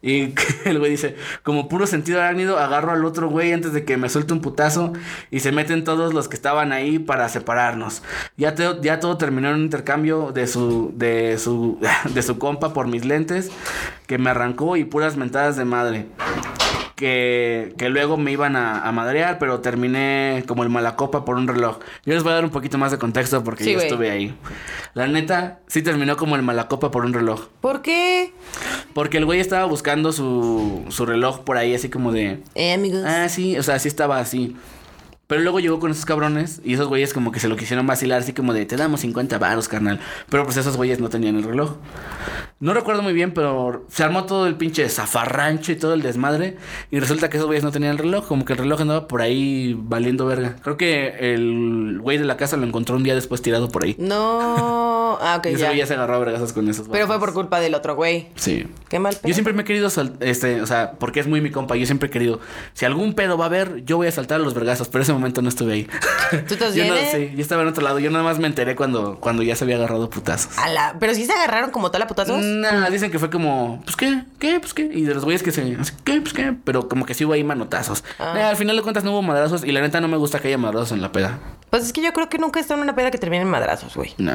Y el güey dice, como puro sentido arácnido, agarro al otro güey antes de que me suelte un putazo y se meten todos los que estaban ahí para separarnos. Ya, te- ya todo terminó en un intercambio de su, de, su, de su compa por mis lentes que me arrancó y puras mentadas de madre. Que, que luego me iban a, a madrear, pero terminé como el malacopa por un reloj. Yo les voy a dar un poquito más de contexto porque Sí, yo güey. estuve ahí. La neta, sí terminó como el malacopa por un reloj. ¿Por qué? Porque el güey estaba buscando su, su reloj por ahí, así como de. Eh, amigos. Ah, sí, o sea, sí estaba así. Pero luego llegó con esos cabrones y esos güeyes como que se lo quisieron vacilar, así como de, te damos 50 varos, carnal. Pero pues esos güeyes no tenían el reloj. No recuerdo muy bien, pero se armó todo el pinche zafarrancho y todo el desmadre. Y resulta que esos güeyes no tenían el reloj, como que el reloj andaba por ahí valiendo verga. Creo que el güey de la casa lo encontró un día después tirado por ahí. No. Ah, ok, y ese ya. güey ya se agarró a vergazos con esos Pero fue vatos. por culpa del otro güey. Sí. Qué mal pedo. Yo siempre me he querido sal- este, o sea, porque es muy mi compa, yo siempre he querido, si algún pedo va a haber, yo voy a saltar a los vergazos, pero ese momento no estuve ahí. ¿Tú estás yo bien, no, eh? sí, yo estaba en otro lado, yo nada más me enteré cuando, cuando ya se había agarrado putazos. A la- Pero sí se agarraron como tal a putazos. Nah, dicen que fue como, pues qué, qué, pues qué, y de los güeyes que se, así, qué, pues qué, pero como que sí hubo ahí manotazos. Ah. Nah, al final de cuentas no hubo madrazos y la neta no me gusta que haya madrazos en la peda. Pues es que yo creo que nunca está en una peda que termine en madrazos, güey. No.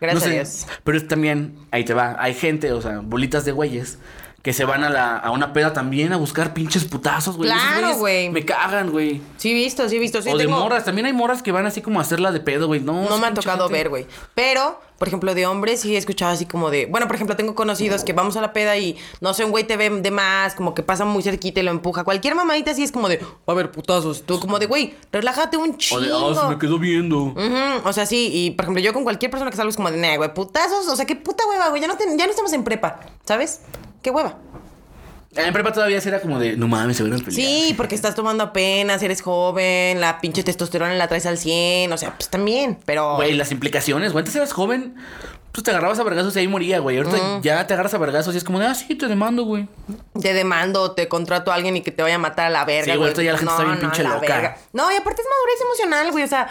Gracias No a sé, Dios. Pero es también, ahí te va, hay gente, o sea, bolitas de güeyes que se van a, la, a una peda también a buscar pinches putazos, güey. Esos Claro, güeyes güey. Me cagan, güey. Sí, he visto, sí, he visto. Sí, o de tengo- moras. También hay moras que van así como a hacerla de pedo, güey. No, No esa me ha pinche tocado gente- ver, güey. Pero, por ejemplo, de hombres sí he escuchado así como de. Bueno, por ejemplo, tengo conocidos que vamos a la peda y no sé, un güey te ve de más, como que pasa muy cerquita y lo empuja. Cualquier mamadita así es como de, va a haber putazos. Tú como de, güey, relájate un O chingo. de, ah, se me quedó viendo. Ujú, O sea, sí, y por ejemplo, yo con cualquier persona que salgo es como de, nah, güey, putazos. O sea, qué puta hueva, güey. Ya no, ten- ya no estamos en prepa, ¿sabes? Qué hueva. En prepa todavía sí era como de, no mames, se van a pelear. Sí, porque estás tomando apenas, eres joven, la pinche testosterona la traes al 100. O sea, pues también, pero. Güey, las implicaciones, güey. Antes eras joven, pues te agarrabas a vergazos y ahí moría, güey. Ahorita ya te agarras a vergazos y es como de, ah, sí, te demando, güey. te demando, te contrato a alguien y que te vaya a matar a la verga. Sí, güey, ahorita ya la gente está bien pinche a la loca. No, y aparte es madurez emocional, güey. O sea,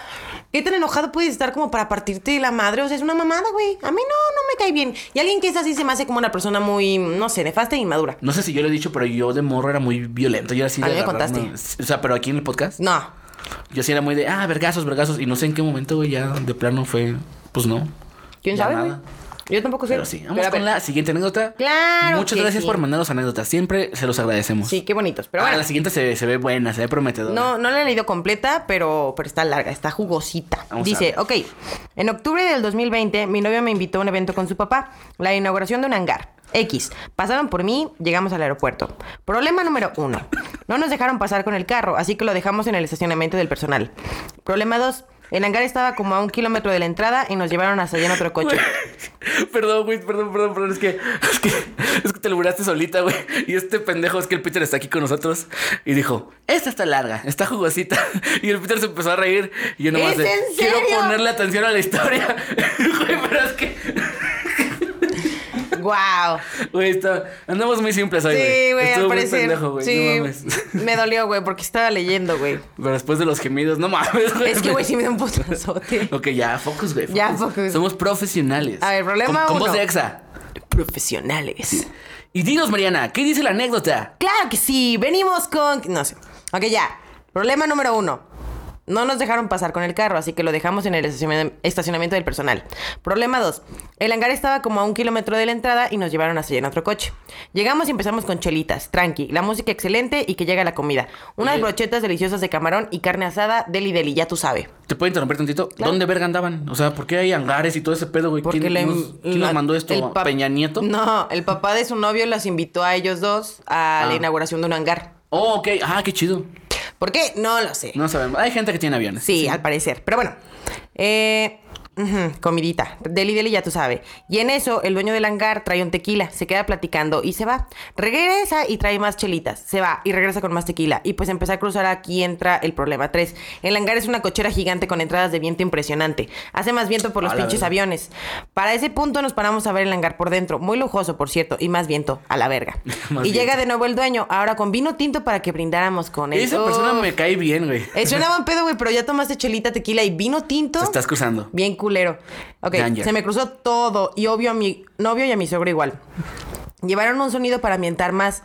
¿qué tan enojado puedes estar como para partirte la madre? O sea, es una mamada, güey. A mí no, no me cae bien. Y alguien que es así se me hace como una persona muy, no sé, nefasta e inmadura. No sé si yo lo he dicho, pero yo de morro era muy violento. Yo era así A de mí me agarrarme- contaste. O sea, pero aquí en el podcast, No. yo sí era muy de, ah, vergazos, vergazos. Y no sé en qué momento, güey, ya de plano fue, pues no. ¿Quién Ya sabe, nada. güey? Yo tampoco sé. Pero sí, vamos Pero a con ver, la siguiente anécdota. Claro Muchas que gracias sí. por mandarnos anécdotas. Siempre se los agradecemos. Sí, qué bonitos. Pero Ah, bueno, la siguiente se, se ve buena, se ve prometedora. No, no la he leído completa, pero, pero está larga, está jugosita. Vamos Dice, a ok, en octubre del 2020 mi novio me invitó a un evento con su papá, la inauguración de un hangar. X, pasaron por mí, llegamos al aeropuerto. Problema número uno, no nos dejaron pasar con el carro, así que lo dejamos en el estacionamiento del personal. Problema dos, el hangar estaba como a un kilómetro de la entrada y nos llevaron hasta allá en otro coche. Perdón, güey, perdón, perdón, perdón. Es que, es que, es que te lograste solita, güey. Y este pendejo es que el Peter está aquí con nosotros y dijo: Esta está larga, está jugosita. Y el Peter se empezó a reír. Y yo nomás ¿Es de, en quiero serio? ponerle atención a la historia. Güey, pero es que, ¡Guau! güey, está- andamos muy simples hoy, güey. Sí, güey, al Estuvo muy parecer. pendejo, güey. sí, No mames. me dolió, güey, porque estaba leyendo, güey. Pero después de los gemidos, no mames, Es que, güey, sí me dio un putazote. Ok, ya, focus, güey. Ya, focus. Somos profesionales. A ver, problema con, con uno. voz de exa. Profesionales. Y dinos, Mariana, ¿qué dice la anécdota? Claro que sí, venimos con... No sé. Ok, ya. Problema número uno. No nos dejaron pasar con el carro, así que lo dejamos en el estacionam- estacionamiento del personal. Problema dos. El hangar estaba como a un kilómetro de la entrada y nos llevaron hasta allá en otro coche. Llegamos y empezamos con chelitas, tranqui, la música excelente y que llega la comida. Unas Oye. brochetas deliciosas de camarón y carne asada, deli deli, ya tú sabes. ¿Te puedo interrumpir tantito? ¿Dónde verga andaban? O sea, ¿por qué hay hangares y todo ese pedo, güey? Porque ¿Quién, la- em- nos, quién la- nos mandó esto? el pap- ¿Peña Nieto? No, el papá de su novio los invitó a ellos dos a Ah. la inauguración de un hangar. Oh, ok. Ah, qué chido. ¿Por qué? No lo sé. No sabemos. Hay gente que tiene aviones. Sí, al parecer. Pero bueno. Eh, ujú, comidita. Deli, deli, ya tú sabes. Y en eso, el dueño del hangar trae un tequila, se queda platicando y se va. Regresa y trae más chelitas. Se va y regresa con más tequila. Y pues empezó a cruzar aquí entra el problema 3. El hangar es una cochera gigante con entradas de viento impresionante. Hace más viento por los A la pinches verga. aviones. Para ese punto nos paramos a ver el hangar por dentro. Muy lujoso, por cierto. Y más viento. A la verga. Más y llega viento. de nuevo el dueño, ahora con vino tinto para que brindáramos con él. Esa persona Oh. me cae bien, güey. Eh, Suena buen pedo, güey, pero ya tomaste chelita, tequila y vino tinto. Te estás cruzando. Bien culero. Ok, Danger. se me cruzó todo y obvio a mi novio y a mi suegro igual. Llevaron un sonido para ambientar más.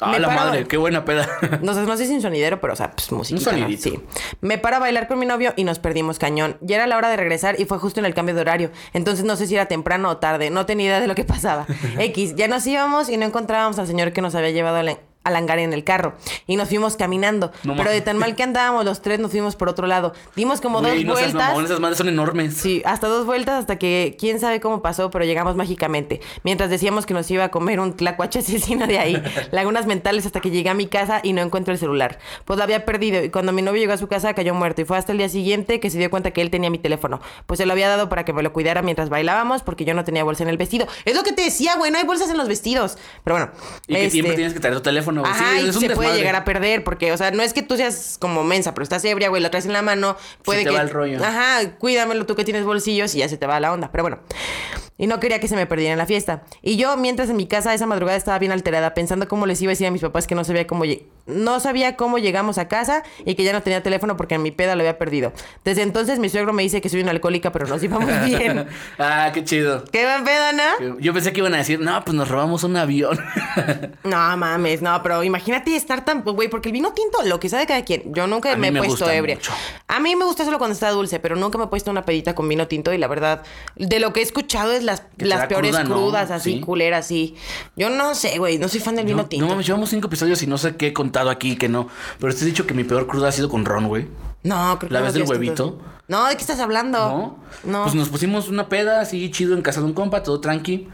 Ah, Me la paro- madre, qué buena peda. No sé, no sé si sin sonidero, pero o sea, pues musiquita. Un ¿no? sonidito. Sí. Me paro a bailar con mi novio y nos perdimos cañón. Ya era la hora de regresar y fue justo en el cambio de horario. Entonces no sé si era temprano o tarde. No tenía idea de lo que pasaba. X, ya nos íbamos y no encontrábamos al señor que nos había llevado al, al hangar en el carro. Y nos fuimos caminando. No pero mames. de tan mal que andábamos, los tres nos fuimos por otro lado. Dimos como Güey, dos no seas vueltas. mamón, esas madres son enormes. Sí, hasta dos vueltas hasta que quién sabe cómo pasó, pero llegamos mágicamente. Mientras decíamos que nos iba a comer un tlacuache asesino de ahí. Lagunas mentales hasta que llegué a mi casa y no encuentro el celular. Pues lo había perdido y cuando mi novio llegó a su casa cayó muerto y fue hasta el día siguiente que se dio cuenta que él tenía mi teléfono. Pues se lo había dado para que me lo cuidara mientras bailábamos porque yo no tenía bolsa en el vestido. Es lo que te decía, güey, no hay bolsas en los vestidos. Pero bueno. Y que este- siempre tienes que traer tu teléfono, güey. Ajá, sí, y es un se puede desmadre. llegar a perder, porque, o sea, no es que tú seas como mensa, pero estás ebria, güey, lo traes en la mano, puede te que. va el rollo. Ajá, cuídamelo tú que tienes bolsillos y ya se te va la onda, pero bueno. Y no quería que se me perdiera en la fiesta. Y yo, mientras en mi casa esa madrugada estaba bien alterada, pensando cómo les iba a decir a mis papás que no sabía cómo lle- no sabía cómo llegamos a casa y que ya no tenía teléfono porque en mi peda lo había perdido. Desde entonces mi suegro me dice que soy una alcohólica, pero nos íbamos bien. ah, qué chido. ¿Qué buen pedo, no? Yo pensé que iban a decir, no, pues nos robamos un avión. No mames, no, pero imagínate estar tan, güey, porque el vino tinto, lo que sabe cada quien. Yo nunca A mí me he me puesto gusta ebria. mucho. A mí me gusta solo cuando está dulce, pero nunca me he puesto una pedita con vino tinto y la verdad, de lo que he escuchado es la las, Que te las da peores cruda, ¿no? crudas, así, Sí. culeras, así. Yo no sé, güey, no soy fan del vino No, tinto. no mames, llevamos cinco episodios y no sé qué he contado aquí que no. Pero te he dicho que mi peor cruda ha sido con Ron, güey. No, creo que ¿La no vez lo del tienes huevito? tanto. No, ¿de qué estás hablando? ¿No? No. Pues nos pusimos una peda así chido en casa de un compa, todo tranqui.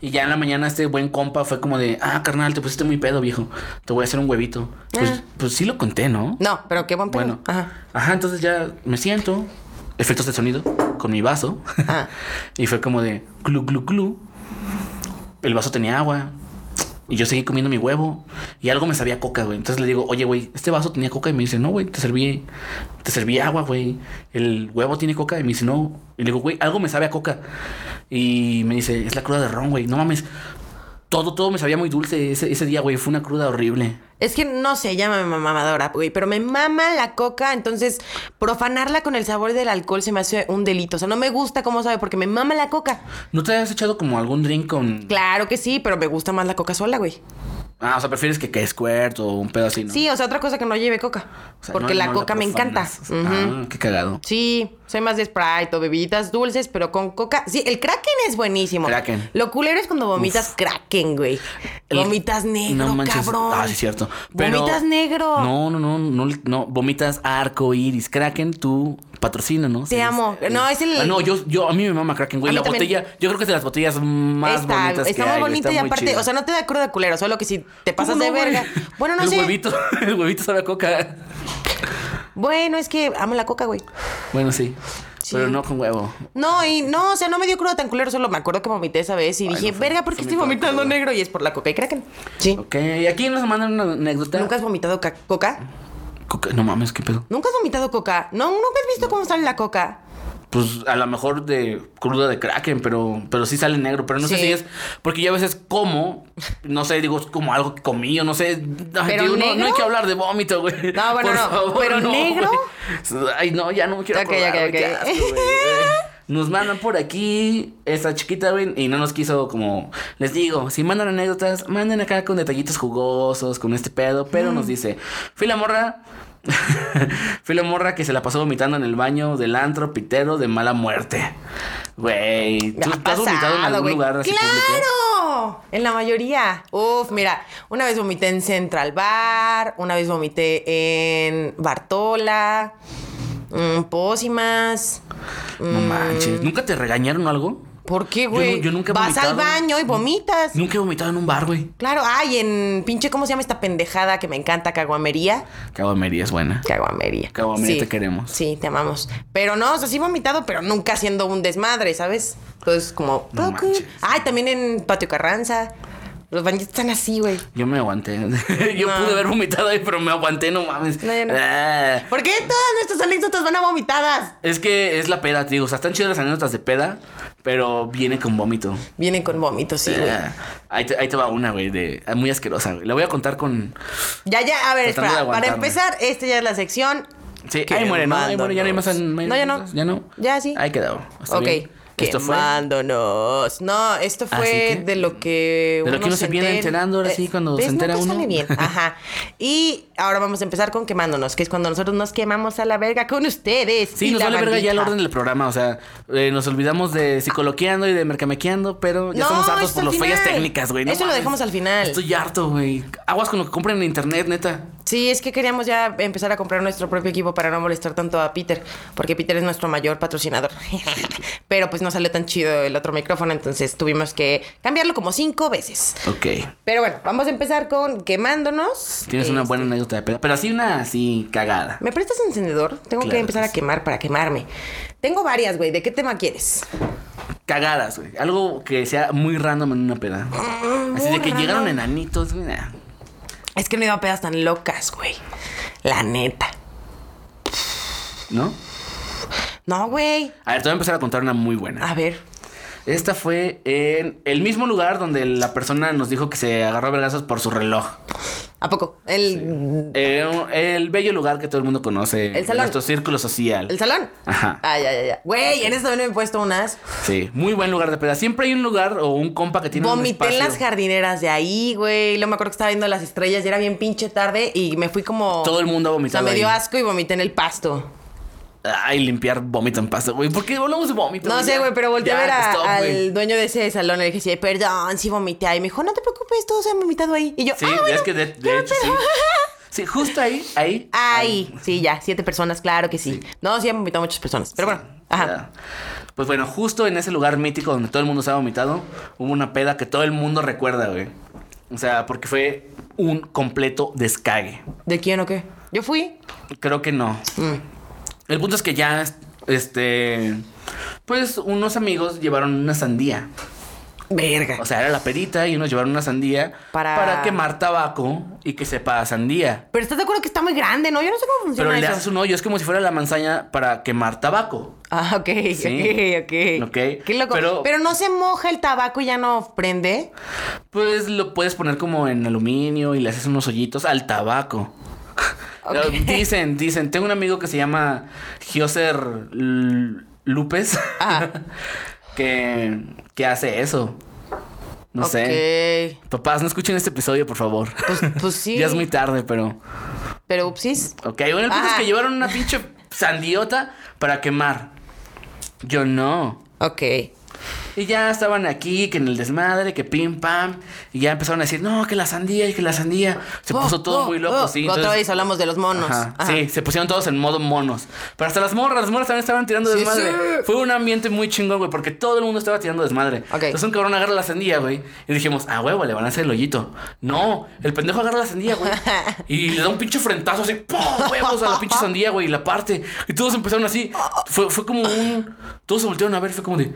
Y ya en la mañana este buen compa fue como de, ah, carnal, te pusiste muy pedo, viejo. Te voy a hacer un huevito. Pues, Ah. pues sí lo conté, ¿no? No, pero qué buen pedo. Bueno. Ajá. Ajá. entonces ya me siento, efectos de sonido, con mi vaso. Ah. y fue como de, glu, glu, glu. El vaso tenía agua. Y yo seguí comiendo mi huevo. Y algo me sabía a coca, güey. Entonces le digo, oye, güey, este vaso tenía coca. Y me dice, no, güey, te serví, te serví agua, güey. El huevo tiene coca. Y me dice, no. Y le digo, güey, algo me sabe a coca. Y me dice, es la cruda de ron, güey. No mames. Todo, todo me sabía muy dulce ese, ese día, güey. Fue una cruda horrible. Es que no sé, llámame mamadora, güey, pero me mama la coca, entonces profanarla con el sabor del alcohol se me hace un delito. O sea, no me gusta cómo sabe, porque me mama la coca. ¿No te has echado como algún drink con... Claro que sí, pero me gusta más la coca sola, güey. Ah, o sea, prefieres que que squirt o un pedo así, ¿no? Sí, o sea, otra cosa que no lleve coca. O sea, porque no- la no coca me encanta. profanas. Ujú. Ah, qué cagado. Sí, soy más de Sprite o bebiditas dulces, pero con coca. Sí, el Kraken es buenísimo. Kraken. Lo culero es cuando vomitas Kraken, güey. El- Vomitas negro, No manches. cabrón. Ah, sí, cierto. Pero- Vomitas negro. No, no, no, no, no. Vomitas arco iris. Kraken, tú patrocina, ¿no? Te amo. No, es el- Ah, no, yo, yo, a mí me mama Kraken, A güey. mí La también. botella, yo creo que es de las botellas más está, bonitas. está que muy hay, bonita y muy aparte, chida. o sea, no te da cruda culero, solo que si te pasas ¿Cómo de no, güey? verga. Bueno, no el sé. Huevito, el huevito sabe a coca. Bueno, es que amo la coca, güey. Bueno, sí. Sí. Pero no con huevo. No, y no, o sea, no me dio cruda tan culero, solo me acuerdo que vomité esa vez y Ay, dije, no, fue- verga, ¿por fue qué mi estoy peor vomitando cruda. negro? Y es por la coca y Kraken. Sí. Ok, aquí nos mandan una anécdota. ¿Nunca has vomitado ca- coca? Coca- No mames, qué pedo. ¿Nunca has vomitado coca? No, nunca has visto cómo sale la coca. Pues a lo mejor de cruda de Kraken, pero, pero sí sale negro. Pero no sé Sí. si es. Porque yo a veces como, no sé, digo, es como algo que comí o no sé. Ay, ¿Pero digo, no- No, negro? hay que hablar de vómito, güey. No, bueno, no. ¿Pero negro? güey. Ay, no, ya no me quiero Ok, acordar, ok, güey, qué ok. asco, güey. Eh, Nos mandan por aquí esta chiquita, güey, y no nos quiso como. Les digo, si mandan anécdotas, manden acá con detallitos jugosos, con este pedo. Pero Mm. nos dice, fui la morra. Fui la morra que se la pasó vomitando en el baño del antro pitero de mala muerte. Güey, ¿tú, Ha te has vomitado en pasado, algún güey. lugar así público? ¡Claro! En la mayoría. Uf, mira, una vez vomité en Central Bar, una vez vomité en Bartola, mm, Pósimas. No manches. ¿Nunca te regañaron o algo? ¿Por qué, no- güey? yo nunca he Vas al vomitado. baño y vomitas. Nunca he vomitado en un bar, güey. Claro, ay, en pinche, ¿cómo se llama esta pendejada que me encanta? Caguamería. Caguamería es buena. Caguamería. Caguamería, Sí. te queremos. Sí, te amamos. Pero no, o sea, sí vomitado, pero nunca haciendo un desmadre, ¿sabes? Entonces, como, No todo cool. manches. Ay, también en Patio Carranza. Los baños están así, güey. Yo me aguanté. Yo No. pude haber vomitado ahí, pero me aguanté, no mames. No, yo no. Ah. ¿Por qué todas nuestras anécdotas van a vomitadas? Es que es la peda, te digo. O sea, están chidas las anécdotas de peda, pero viene con vómito. Vienen con vómitos, sí, güey. Ah. Ahí, te, ahí te va una, güey, de ah, muy asquerosa, güey. La voy a contar con. Ya, ya, a Tratando ver, de espera. Para aguantarme. empezar, esta ya es la sección. Sí, Qué ahí muere, ¿no? Ahí mándanos. muere, ya no hay más. an- No, ya no. Ya no. Ya sí. Ahí quedó. Está ok. bien. Esto fue. ¿Ah, Quemándonos. No, esto Así fue que- de lo que. de lo que uno se viene entera. enterando, ahora Eh, sí, cuando ¿ves? se entera Nunca uno. sale bien. Ajá. Y ahora vamos a empezar con quemándonos, que es cuando nosotros nos quemamos a la verga con ustedes. Sí, y nos la vale verga ya el bandija. orden del programa. O sea, eh, nos olvidamos de psicoloqueando y de mercamequeando, pero ya No, estamos hartos esto por al las fallas final. técnicas, güey. no Eso lo mames. dejamos al final. Estoy harto, güey. Aguas con lo que compren en internet, neta. Sí, es que queríamos ya empezar a comprar nuestro propio equipo para no molestar tanto a Peter, porque Peter es nuestro mayor patrocinador. Pero pues no salió tan chido el otro micrófono, entonces tuvimos que cambiarlo como cinco veces. Ok. Pero bueno, vamos a empezar con quemándonos. Tienes una Este, buena anécdota de peda, pero así una así cagada. ¿Me prestas encendedor? Tengo que Claro empezar que a sí. quemar para quemarme. Tengo varias, güey. ¿De qué tema quieres? Cagadas, güey. Algo que sea muy random en una peda. así de muy que llegaron random. enanitos, güey. nah. Es que no iba a pedas tan locas, güey. La neta. ¿No? No, güey. A ver, te voy a empezar a contar una muy buena. A ver. Esta fue en el mismo lugar donde la persona nos dijo que se agarró a vergazos por su reloj. ¿A poco? El, Eh, el bello lugar que todo el mundo conoce. El salón. Nuestro círculo social. el salón. Ajá. Ah, ya, ya, ya. Güey, en esto también me he puesto unas. Sí, muy buen lugar de peda. Siempre hay un lugar o un compa que tiene un Vomité en espacio. las jardineras de ahí, güey. Luego me acuerdo que estaba viendo las estrellas y era bien pinche tarde y me fui como. Todo el mundo ha O sea, vomitado me dio ahí. asco y vomité en el pasto. Ay, limpiar vómito en pasta, güey. ¿Por qué hablamos de vómito? No sé, güey, pero volteé a Ya, ver a- stop, al güey. dueño de ese salón. Le dije, sí, perdón, sí vomité. Y me dijo, no te preocupes, todos han vomitado ahí. Y yo, Sí, ah, bueno, es que de, de ya, hecho sí. pero- Sí, justo ahí, ahí. Ay, sí, ya, siete personas, claro que sí. No, sí han vomitado muchas personas. Pero bueno, ajá. Ya. Pues bueno, justo en ese lugar mítico donde todo el mundo se ha vomitado, hubo una peda que todo el mundo recuerda, güey. O sea, porque fue un completo descague. ¿De quién o qué? Yo fui. Creo que no. Mm. El punto es que ya, este, pues unos amigos llevaron una sandía. Verga. O sea, era la perita y unos llevaron una sandía Para- quemar tabaco y que sepa a sandía. pero estás de acuerdo que está muy grande, ¿no? Yo no sé cómo funciona Pero le eso. haces un hoyo, es como si fuera la manzaña para quemar tabaco. Ah, ok, Sí. ok, ok. Ok. Qué loco. Pero, Pero- no se moja el tabaco y ya no prende. Pues lo puedes poner como en aluminio y le haces unos hoyitos al tabaco. Ok. Dicen, dicen, tengo un amigo que se llama Gioser L- Lupes Ajá. que, que hace eso. No sé. sé. Papás, no escuchen este episodio, por favor. Pues, pues sí. Ya es muy tarde, pero. Pero upsis. Ok, bueno, el punto Ajá. es que llevaron una pinche sandiota para quemar. Yo no. Ok. Y ya estaban aquí, que en el desmadre, que pim pam. Y ya empezaron a decir, no, que la sandía y que la sandía. Se puso Oh, todo oh, muy oh. loco, sí. Otra entonces- vez hablamos de los monos. Ajá, Ajá. Sí, se pusieron todos en modo monos. Pero hasta las morras, las morras también estaban tirando Sí, desmadre. sí. Fue un ambiente muy chingón, güey, porque todo el mundo estaba tirando desmadre. Ok. Entonces un cabrón agarra la sandía, güey. Y dijimos, ah, huevo, le van a hacer el hoyito. No, el pendejo agarra la sandía, güey. y le da un pinche frentazo así, ¡pum! huevos a la pinche sandía, güey, y la parte. Y todos empezaron así. Fue, fue como un. Todos se voltearon a ver, y fue como de.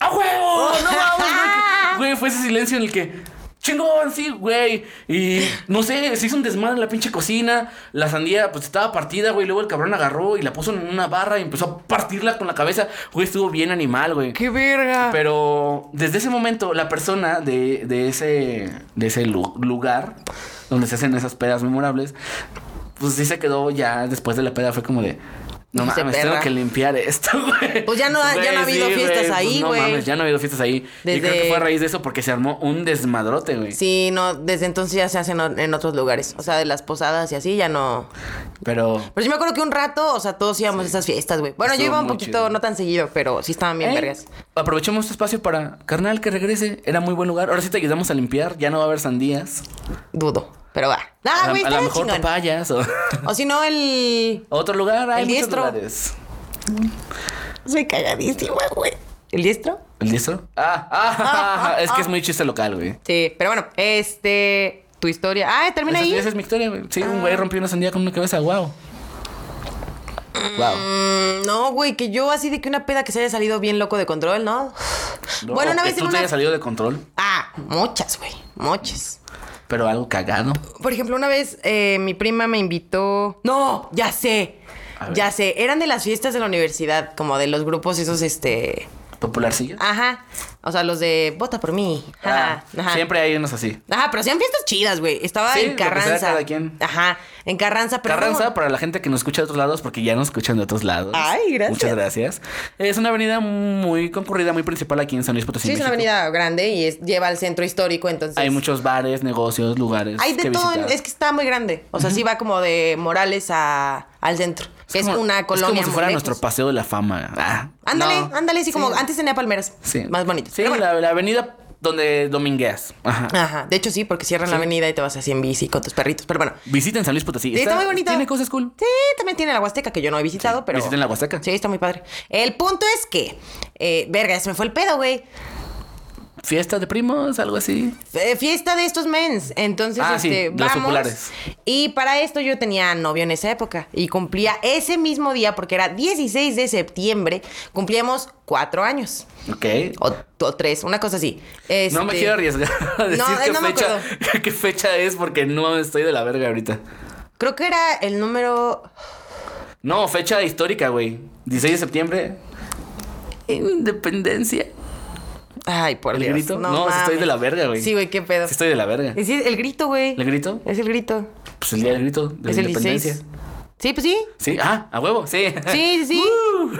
¡A huevo! ¡No vamos, güey! que- Güey, fue ese silencio en el que. Chingón, sí, güey. Y no sé, se hizo un desmadre en la pinche cocina. La sandía, pues estaba partida, güey. Luego el cabrón agarró y la puso en una barra y empezó a partirla con la cabeza. Güey, estuvo bien animal, güey. ¡Qué verga! Pero desde ese momento, la persona de, de ese, de ese lu- lugar donde se hacen esas pedas memorables, pues sí se quedó ya después de la peda. Fue como de. No Hice mames, perra". tengo que limpiar esto, güey. pues Pues ya no ha- ya no ha habido fiestas ahí, no güey. mames, ya no ha habido fiestas ahí. Y creo Desde- que fue a raíz de eso porque se armó un desmadrote, güey. Sí, no, desde entonces ya se hacen o- en otros lugares. O sea, de las posadas y así ya no. Pero. Pero yo me acuerdo que un rato, o sea, todos íbamos a esas fiestas, güey. Bueno, yo Estuvo iba un muy poquito, chido. no tan seguido, pero sí estaban bien Ey, vergas. Aprovechemos este espacio para carnal que regrese. Era muy buen lugar. Ahora sí te ayudamos a limpiar. Ya no va a haber sandías. Dudo. Pero va. A Ah, la- güey, a lo estaba mejor chingón. papayas o O si no, el. otro lugar. Hay El muchos diestro. lugares. Soy cagadísima, güey. ¿El diestro? ¿El diestro? Ah, ah, ah, ah, es que es muy chiste local, güey. Sí, pero bueno, este. Tu historia. Ah, termina Esa, ahí. Ah. esa es mi historia, güey. Sí, un güey rompió una sandía con una cabeza. Wow. Wow. Mm, No, güey, que yo así de que una peda que se haya salido bien loco de control, ¿no? bueno, una vez tú en te una. hayas salido de control, Ah, muchas, güey. Muchas. pero algo cagado. Por ejemplo, una vez eh, mi prima me invitó. No, ya sé. A ver. Ya sé. Eran de las fiestas de la universidad, como de los grupos esos, este. Popularcillo. Ajá. O sea, los de vota por mí. Ah, Ajá. Ajá. Siempre hay unos así. Ajá, pero hacían fiestas chidas, güey. Estaba Sí, en lo que sea Carranza. cada quien. Ajá, en Carranza, pero. Carranza, no- para la gente que nos escucha de otros lados, porque ya nos escuchan de otros lados. Ay, gracias. Muchas gracias. Es una avenida muy concurrida, muy principal aquí pues, en San Luis Potosí. Sí, es una México. avenida grande y es- lleva al centro histórico, entonces. Hay muchos bares, negocios, lugares. Hay de que todo, visitar. es que está muy grande. O sea, sí va como de Morales a, al centro, que es, como- una colonia. Es como si muy fuera lejos. nuestro paseo de la fama. Ah, Ándale, no. ándale, sí, como antes tenía palmeras. Sí. Más bonito. Sí, Pero bueno. la, la avenida donde domingueas. Ajá. Ajá, de hecho sí, porque cierran la avenida y te vas así en bici con tus perritos. Pero bueno, Visiten San Luis Potosí. Sí, está muy bonito. Tiene cosas cool. Sí, también tiene la Huasteca, que yo no he visitado, pero. visiten la Huasteca. Sí, está muy padre. El punto es que. eh, verga, se me fue el pedo, güey. Fiesta de primos, algo así. Fe- eh, Fiesta de estos mens. Entonces, Ah, sí, de este, los vamos. populares. Y para esto yo tenía novio en esa época. Y cumplía ese mismo día, porque era 16 de septiembre, cumplíamos cuatro años. Ok. O, o tres, una cosa así. Este, No me quiero arriesgar a decir No, eh, qué, no me fecha, acuerdo. qué fecha es porque no estoy de la verga ahorita. Creo que era el número. No, fecha histórica, güey. 16 de septiembre. Independencia. Ay, por ¿El Dios. grito? No, sí estoy de la verga, güey. Sí, güey, qué pedo. Sí, estoy de la verga. Es el grito, güey. ¿El grito? Es el grito. Pues el día del grito de es la el independencia. 16. Sí, pues sí. Sí, ah, a huevo, sí. Sí, sí, sí.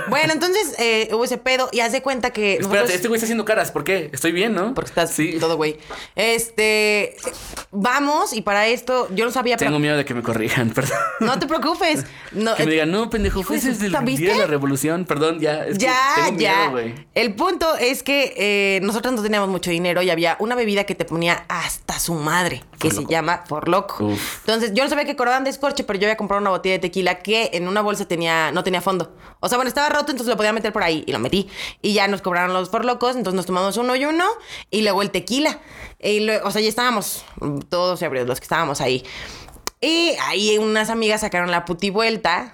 Bueno, entonces eh, hubo ese pedo y haz de cuenta que. Espérate, nosotros- este güey está haciendo caras, ¿por qué? Estoy bien, ¿no? Porque estás Sí. todo güey. Este. Vamos, y para esto, yo no sabía. Tengo miedo de que me corrijan, perdón. No te preocupes. No, Que me eh, digan, no, pendejo, fue hijo de desde puta, el ¿viste? día de la revolución. Perdón, ya. es que ya, tengo miedo, ya. güey. el punto es que eh, nosotros no teníamos mucho dinero y había una bebida que te ponía hasta su madre, que se llama Por Loco. Uf. Entonces, yo no sabía que cobraban de escorche, pero yo había comprado una botella de tequila que en una bolsa tenía, no tenía fondo. O sea, bueno, estaba roto, entonces lo podía meter por ahí y lo metí. Y ya nos cobraron los Por Locos, entonces nos tomamos uno y uno y luego el tequila. Y lue- o sea, ya estábamos mm, todos ebrios los que estábamos ahí. Y ahí unas amigas sacaron la puti vuelta,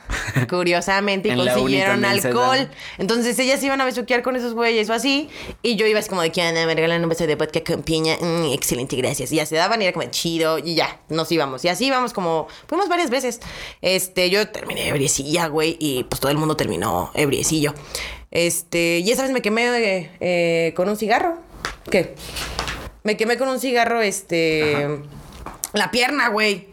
curiosamente, y En la uni consiguieron también se alcohol. da. Entonces ellas iban a besuquear con esos güeyes o así. Y yo iba así como de que "Ah, "Ana, me regalan un beso de vodka con piña. Mm, excelente, gracias. Y ya se daban y era como chido. Y ya, nos íbamos. Y así íbamos como. Fuimos varias veces. Este, yo terminé ebriecilla, güey. Y pues todo el mundo terminó ebriecillo. Este, y esa vez me quemé eh, eh, con un cigarro. ¿Qué? Me quemé con un cigarro, este. La pierna, güey.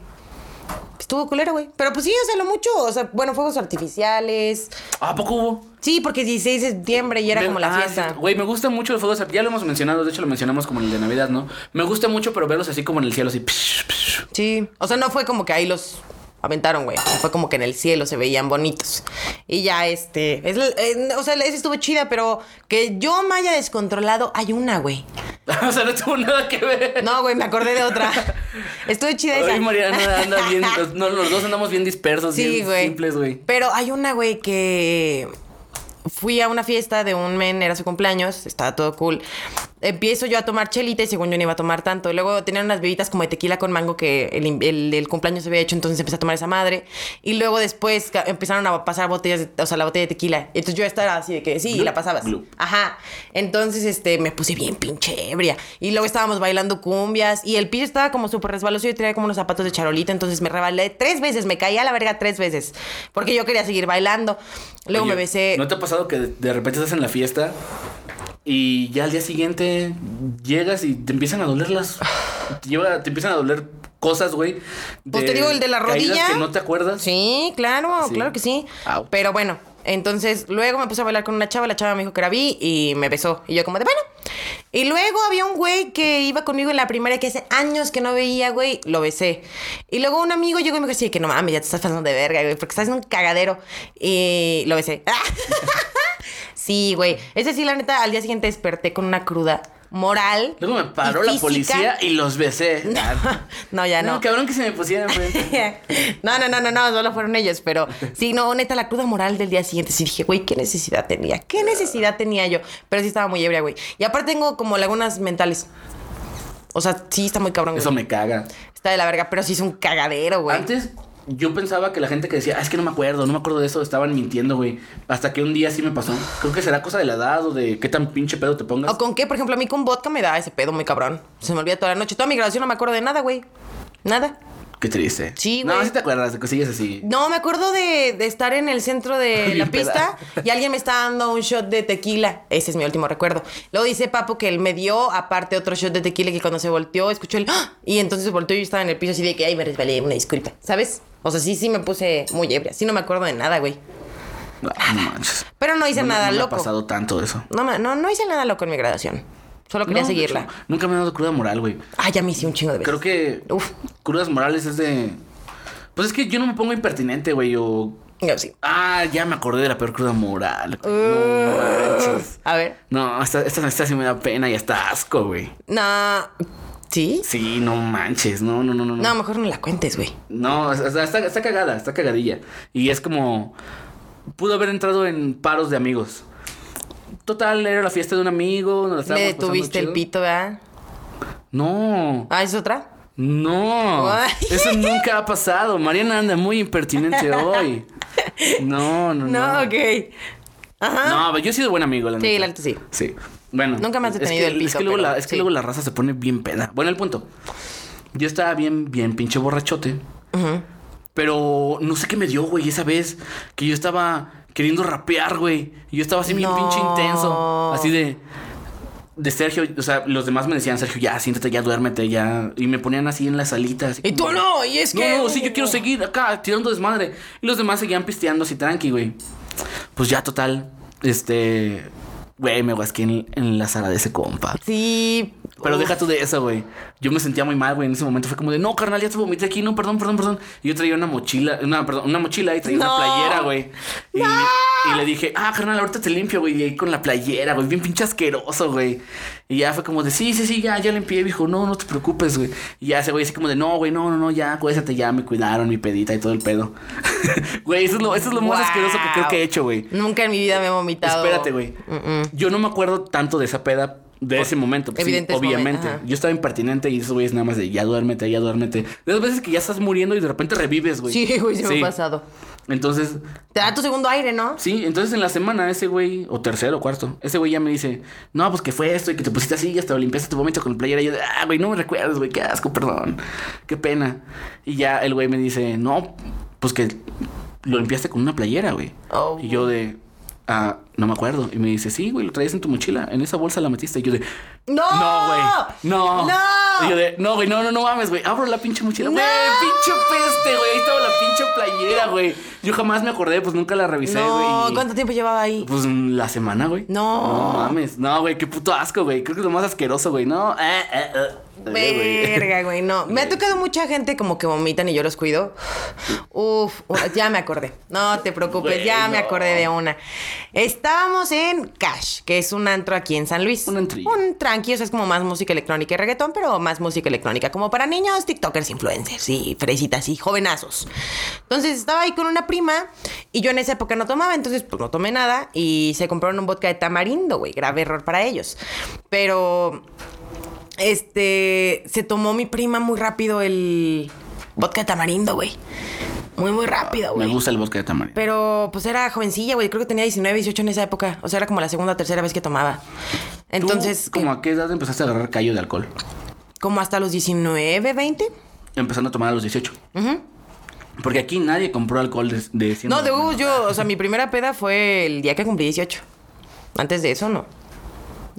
Estuvo culero, güey. Pero pues sí, o sea, lo mucho. O sea, bueno, fuegos artificiales. ¿A poco hubo? Sí, porque 16 de septiembre y era Ve- como la ah, fiesta. sí, Güey, me gusta mucho los fuegos. Ya lo hemos mencionado, de hecho lo mencionamos como en el de Navidad, ¿no? Me gusta mucho, pero verlos así como en el cielo, así. psh, psh. Sí. O sea, no fue como que ahí los aventaron, güey. O sea, fue como que en el cielo se veían bonitos. Y ya, este. es la- eh, o sea, esa estuvo chida, pero que yo me haya descontrolado, hay una, güey. o sea, no tuvo nada que ver. No, güey, me acordé de otra. Estuvo chida esa. Hoy Mariana anda bien. los- no, los dos andamos bien dispersos, Sí, bien güey. simples, güey. Pero hay una, güey, que fui a una fiesta de un men, era su cumpleaños, estaba todo cool. Empiezo yo a tomar chelita y según yo no iba a tomar tanto. Luego tenían unas bebidas como de tequila con mango que el, el- el cumpleaños se había hecho, entonces empecé a tomar esa madre. Y luego después ca- empezaron a pasar botellas, de- o sea, la botella de tequila. Y Entonces yo estaba así de que sí, y la Glup, pasabas. glup. Ajá. Entonces, este, me puse bien pinche ebria. Y luego estábamos bailando cumbias. Y el piso estaba como súper resbaloso. y Yo tenía como unos zapatos de charolita. Entonces me rebalé tres veces. Me caí a la verga tres veces. Porque yo quería seguir bailando. Luego Oye, me besé. ¿No te ha pasado que de, de repente estás en la fiesta y ya al día siguiente llegas y te empiezan a doler las. Te, lleva- te empiezan a doler cosas, güey. de Pues te digo, el de la caídas rodilla. que no te acuerdas. Sí, claro, Sí. claro que sí. Au. Pero bueno, entonces luego me puse a bailar con una chava, la chava me dijo que era vi y me besó. Y yo como de, bueno. Y luego había un güey que iba conmigo en la primaria que hace años que no veía, güey, lo besé. Y luego un amigo llegó y me dijo, sí, que no mames, ya te estás pasando de verga, güey, porque estás en un cagadero. Y lo besé. sí, güey. Ese sí, la neta, al día siguiente desperté con una cruda moral. Luego me paró y la física. policía y los besé. Ah, No, ya no. cabrón que se me pusiera enfrente. No, no, no, no, no, solo fueron ellos, pero sí, no, neta, la cruda moral del día siguiente. Sí dije, güey, ¿qué necesidad tenía? ¿Qué necesidad tenía yo? Pero sí estaba muy ebria, güey. Y aparte tengo como lagunas mentales. O sea, sí está muy cabrón, Eso güey. me caga. Está de la verga, pero sí es un cagadero, güey. Antes yo pensaba que la gente que decía, ah, es que no me acuerdo, no me acuerdo de eso, estaban mintiendo, güey. Hasta que un día sí me pasó. Creo que será cosa de la edad o de qué tan pinche pedo te pongas. ¿O con qué? Por ejemplo, a mí con vodka me da ese pedo muy cabrón. Se me olvida toda la noche. Toda mi graduación no me acuerdo de nada, güey. Nada. Qué triste. Sí, No, güey. sí te acuerdas de cosillas así. No, me acuerdo de, de estar en el centro de Bien la pista peda. y alguien me está dando un shot de tequila. Ese es mi último recuerdo. Luego dice Papo que él me dio, aparte, otro shot de tequila que cuando se volteó, escuchó el ¡Ah! y entonces volteó y yo estaba en el piso así de que, ay, me resbalé, una disculpa, ¿sabes? O sea, sí, sí me puse muy ebria. Sí, no me acuerdo de nada, güey. No, no manches. Pero no hice No me- nada no me loco. ha pasado tanto eso. No, me- no, no hice nada loco en mi graduación. Solo quería No, seguirla. de hecho, Nunca me he dado cruda moral, güey. Ah, ya me hice un chingo de veces. Creo que Uf. crudas morales es de... Pues es que yo no me pongo impertinente, güey, o... No, sí. Ah, ya me acordé de la peor cruda moral. güey. No manches. A ver. No, esta, esta, esta sí me da pena y hasta asco, güey. No. ¿Sí? Sí, no manches. No, no, no, no. No, No, mejor no la cuentes, güey. no o sea, está, está cagada, está cagadilla. Y es como. Pudo haber entrado en paros de amigos. Total, era la fiesta de un amigo. Nos la estábamos Le pasando detuviste el chido. pito, ¿verdad? No, Ah, ¿es otra? no. Ay. Eso nunca ha pasado. Mariana anda muy impertinente hoy. No, no, no. No, ok. Ajá. No, pero yo he sido buen amigo, la Sí, neta. la neta sí. Sí. Bueno. Nunca me has es detenido que- el Es pito, que, luego pero la, es que sí. luego la raza se pone bien peda. Bueno, el punto. Yo estaba bien, bien pinche borrachote. Pero no sé qué me dio, güey, esa vez que yo estaba queriendo rapear, güey. Y yo estaba así bien No. pinche intenso. Así de... de Sergio, o sea, los demás me decían, Sergio, ya, siéntate, ya, duérmete, ya. Y me ponían así en la salita. así Y tú como- no, y es No, que. no, sí, yo quiero seguir acá tirando desmadre. Y los demás seguían pisteando así tranqui, güey. Pues ya, total. Este. Güey, me guasqué en, en la sala de ese compa. Sí. Pero deja tú de eso, güey. Yo me sentía muy mal, güey. En ese momento fue como de, no, carnal, ya te vomité aquí. No, perdón, perdón, perdón. Y yo traía una mochila, una, perdón, una mochila y traía No. una playera, güey. Y, y le dije, ah, carnal, ahorita te limpio, güey. Y ahí con la playera, güey. Bien pinche asqueroso, güey. Y ya fue como de, sí, sí, sí, ya, ya limpié. Dijo, no, no te preocupes, güey. Y ya ese güey así como de, no, güey, no, no, no, ya, acuéstate, ya. Me cuidaron mi pedita y todo el pedo. Güey, eso es lo, eso es lo más Guau. asqueroso que creo que he hecho, güey. Nunca en mi vida me he vomitado. Espérate, güey. Yo no me acuerdo tanto de esa peda de ese momento. pues, sí, evidente es obviamente. momento, ajá. Yo estaba impertinente y esos güeyes nada más de ya duérmete, ya duérmete. De las veces que ya estás muriendo y de repente revives, güey. Sí, güey, se me Sí. ha pasado. Entonces, Te da tu segundo aire, ¿no? sí, entonces en la semana ese güey, o tercero o cuarto, ese güey ya me dice, no, pues que fue esto y que te pusiste así y hasta limpiaste tu vómito con el playera. Y yo, de, ah, güey, no me recuerdas, güey, qué asco, perdón, qué pena. Y ya el güey me dice, no, pues que lo limpiaste con una playera, güey. Oh. Y yo de, ah, no me acuerdo. Y me dice, sí, güey, lo traías en tu mochila, en esa bolsa la metiste. Y yo de, ¡No! no, güey. No. Oh, ¡No! Y yo de, no, güey, no, no, no mames, güey. Abro la pinche mochila. Güey, ¡No! pinche peste, güey. Ahí estaba la pinche playera, güey. Yo jamás me acordé, pues nunca la revisé, güey. No, Y, ¿cuánto tiempo llevaba ahí? Pues mm, la semana, güey. No. No mames. No, güey, qué puto asco, güey. Creo que es lo más asqueroso, güey. No, eh, eh, eh. Eh, güey. Verga, güey, no. Me ha tocado mucha gente como que vomitan y yo los cuido. Uf, ya me acordé. No te preocupes, Güey, ya me no. acordé de una. Estábamos en Cash, que es un antro aquí en San Luis. Un antrillo. Un tranqui, o sea, es como más música electrónica y reggaetón, pero más música electrónica. Como para niños, tiktokers, influencers y fresitas y jovenazos. Entonces estaba ahí con una prima y yo en esa época no tomaba, entonces pues no tomé nada y se compraron un vodka de tamarindo, güey. Grave error para ellos. Pero este, se tomó mi prima muy rápido el vodka de tamarindo, güey. Muy, muy Ah, rápido, Me güey. gusta el bosque de tamarindo. Pero pues era jovencilla, güey. Creo que tenía 19, 18 en esa época. O sea, era como la segunda o tercera vez que tomaba. ¿Tú, Entonces, ¿Cómo a qué edad empezaste a agarrar callo de alcohol? como hasta los 19, 20. Empezando a tomar a los 18. Porque aquí nadie compró alcohol de, de siendo- No, de huevos yo, o sea, mi primera peda fue el día que cumplí 18. Antes de eso, no.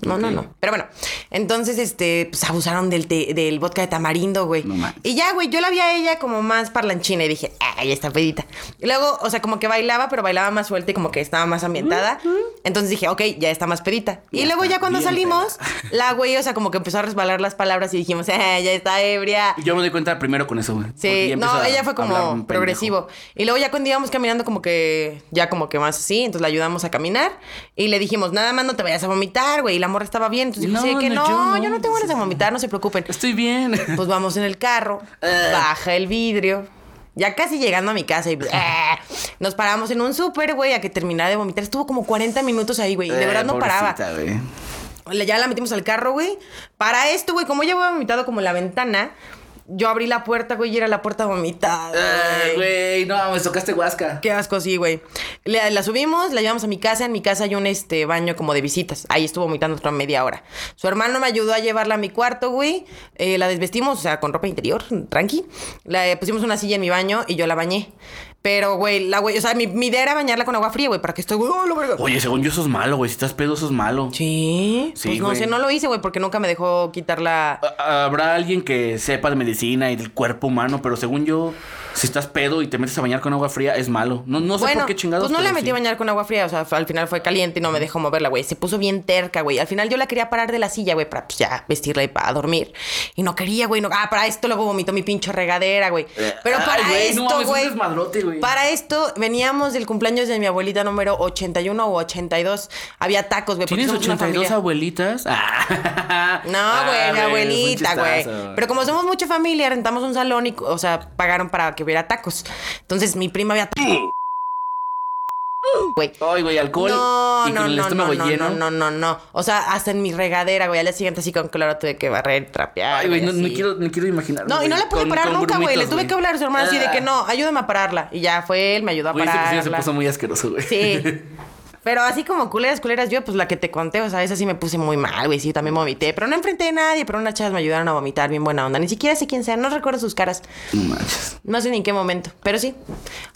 No, no, Ok. no. Pero bueno, entonces, este, pues abusaron del, te- del vodka de tamarindo, güey. No manches. y ya, güey, yo la vi a ella como más parlanchina y dije, ay, esta pedita. Y luego, o sea, como que bailaba, pero bailaba más suelta y como que estaba más ambientada. Entonces dije, ok, ya está más pedita. Y Ya luego está ya cuando bien salimos, la güey, o sea, como que empezó a resbalar las palabras y dijimos, "Ah, ya está ebria. Yo me doy cuenta primero con eso, güey. Porque Sí, ya no, empiezo a ella fue hablar un como pendejo. progresivo. Y luego ya cuando íbamos caminando como que ya como que más así, entonces la ayudamos a caminar y le dijimos, nada más no te vayas a vomitar, güey. Y la morra estaba bien, entonces dijo, No, sí, que no, no, yo yo no". no, tengo ganas de vomitar, no se preocupen. Estoy bien. Pues vamos en el carro, Eh. baja el vidrio. Ya casi llegando a mi casa y ah, nos paramos en un súper, güey, a que terminara de vomitar. Estuvo como 40 minutos ahí, güey. y De verdad Eh, no paraba. Le- Ya la metimos al carro, güey. Para esto, güey, como ya había vomitado como la ventana, yo abrí la puerta, güey, y era la puerta vomitada. Ay, Ah, güey. güey, no, me tocaste huasca. Qué asco, sí, güey. La, la subimos, la llevamos a mi casa. En mi casa hay un este, baño como de visitas. Ahí estuvo vomitando otra media hora. Su hermano me ayudó a llevarla a mi cuarto, güey. Eh, la desvestimos, o sea, con ropa interior, tranqui. La, eh, pusimos una silla en mi baño y yo la bañé. Pero, güey, la güey, o sea, mi, mi idea era bañarla con agua fría, güey, para que estoy, güey, oh, la verga. Oye, según yo, eso es malo, güey. Si estás pedo, eso es malo. Sí, Sí, pues no güey. sé, no lo hice, güey, porque nunca me dejó quitar la, A- Habrá alguien que sepa de medicina y del cuerpo humano, pero según yo, si estás pedo y te metes a bañar con agua fría, es malo. No, no sé bueno, por qué chingados. pues no pero la metí sí. a bañar con agua fría, o sea, al final fue caliente y no me dejó moverla, güey. Se puso bien terca, güey. Al final yo la quería parar de la silla, güey, para pues, ya vestirla y para dormir. Y no quería, güey. No, ah, para esto luego vomitó mi pinche regadera, güey. Pero Eh, Ay, para güey, no mames, esto, un güey. desmadrote, güey. para esto veníamos del cumpleaños de mi abuelita número 81 o 82. Había tacos, güey. porque ¿Tienes somos una 82 familia. abuelitas? Ah. No, Ah, güey, mi es un abuelita, güey. chistazo, güey. Pero como somos mucha familia, rentamos un salón y, o sea, pagaron para que hubiera tacos. Entonces mi prima había tacos. Mm. Güey. Ay, güey, alcohol. No, y no, con el no, no, estómago no, lleno. no, no, no, no. O sea, hasta en mi regadera, güey. Al día siguiente así con cloro tuve que barrer, trapear. Ay, güey, no, no así. quiero, no quiero imaginar. No, y no la pude parar nunca, güey. Le tuve que hablar a su hermana así de que no, ayúdame a pararla. Y ya fue él, me ayudó a Ah. Güey, ese episodio pararla. se puso muy asqueroso, güey. Sí. Pero así como culeras, culeras, yo, pues la que te conté, o sea, esa sí me puse muy mal, güey. Sí, también vomité. Pero no enfrenté a nadie, pero unas chavas me ayudaron a vomitar, bien buena onda. Ni siquiera sé quién sea, no recuerdo sus caras. No manches. No sé ni en qué momento, pero sí.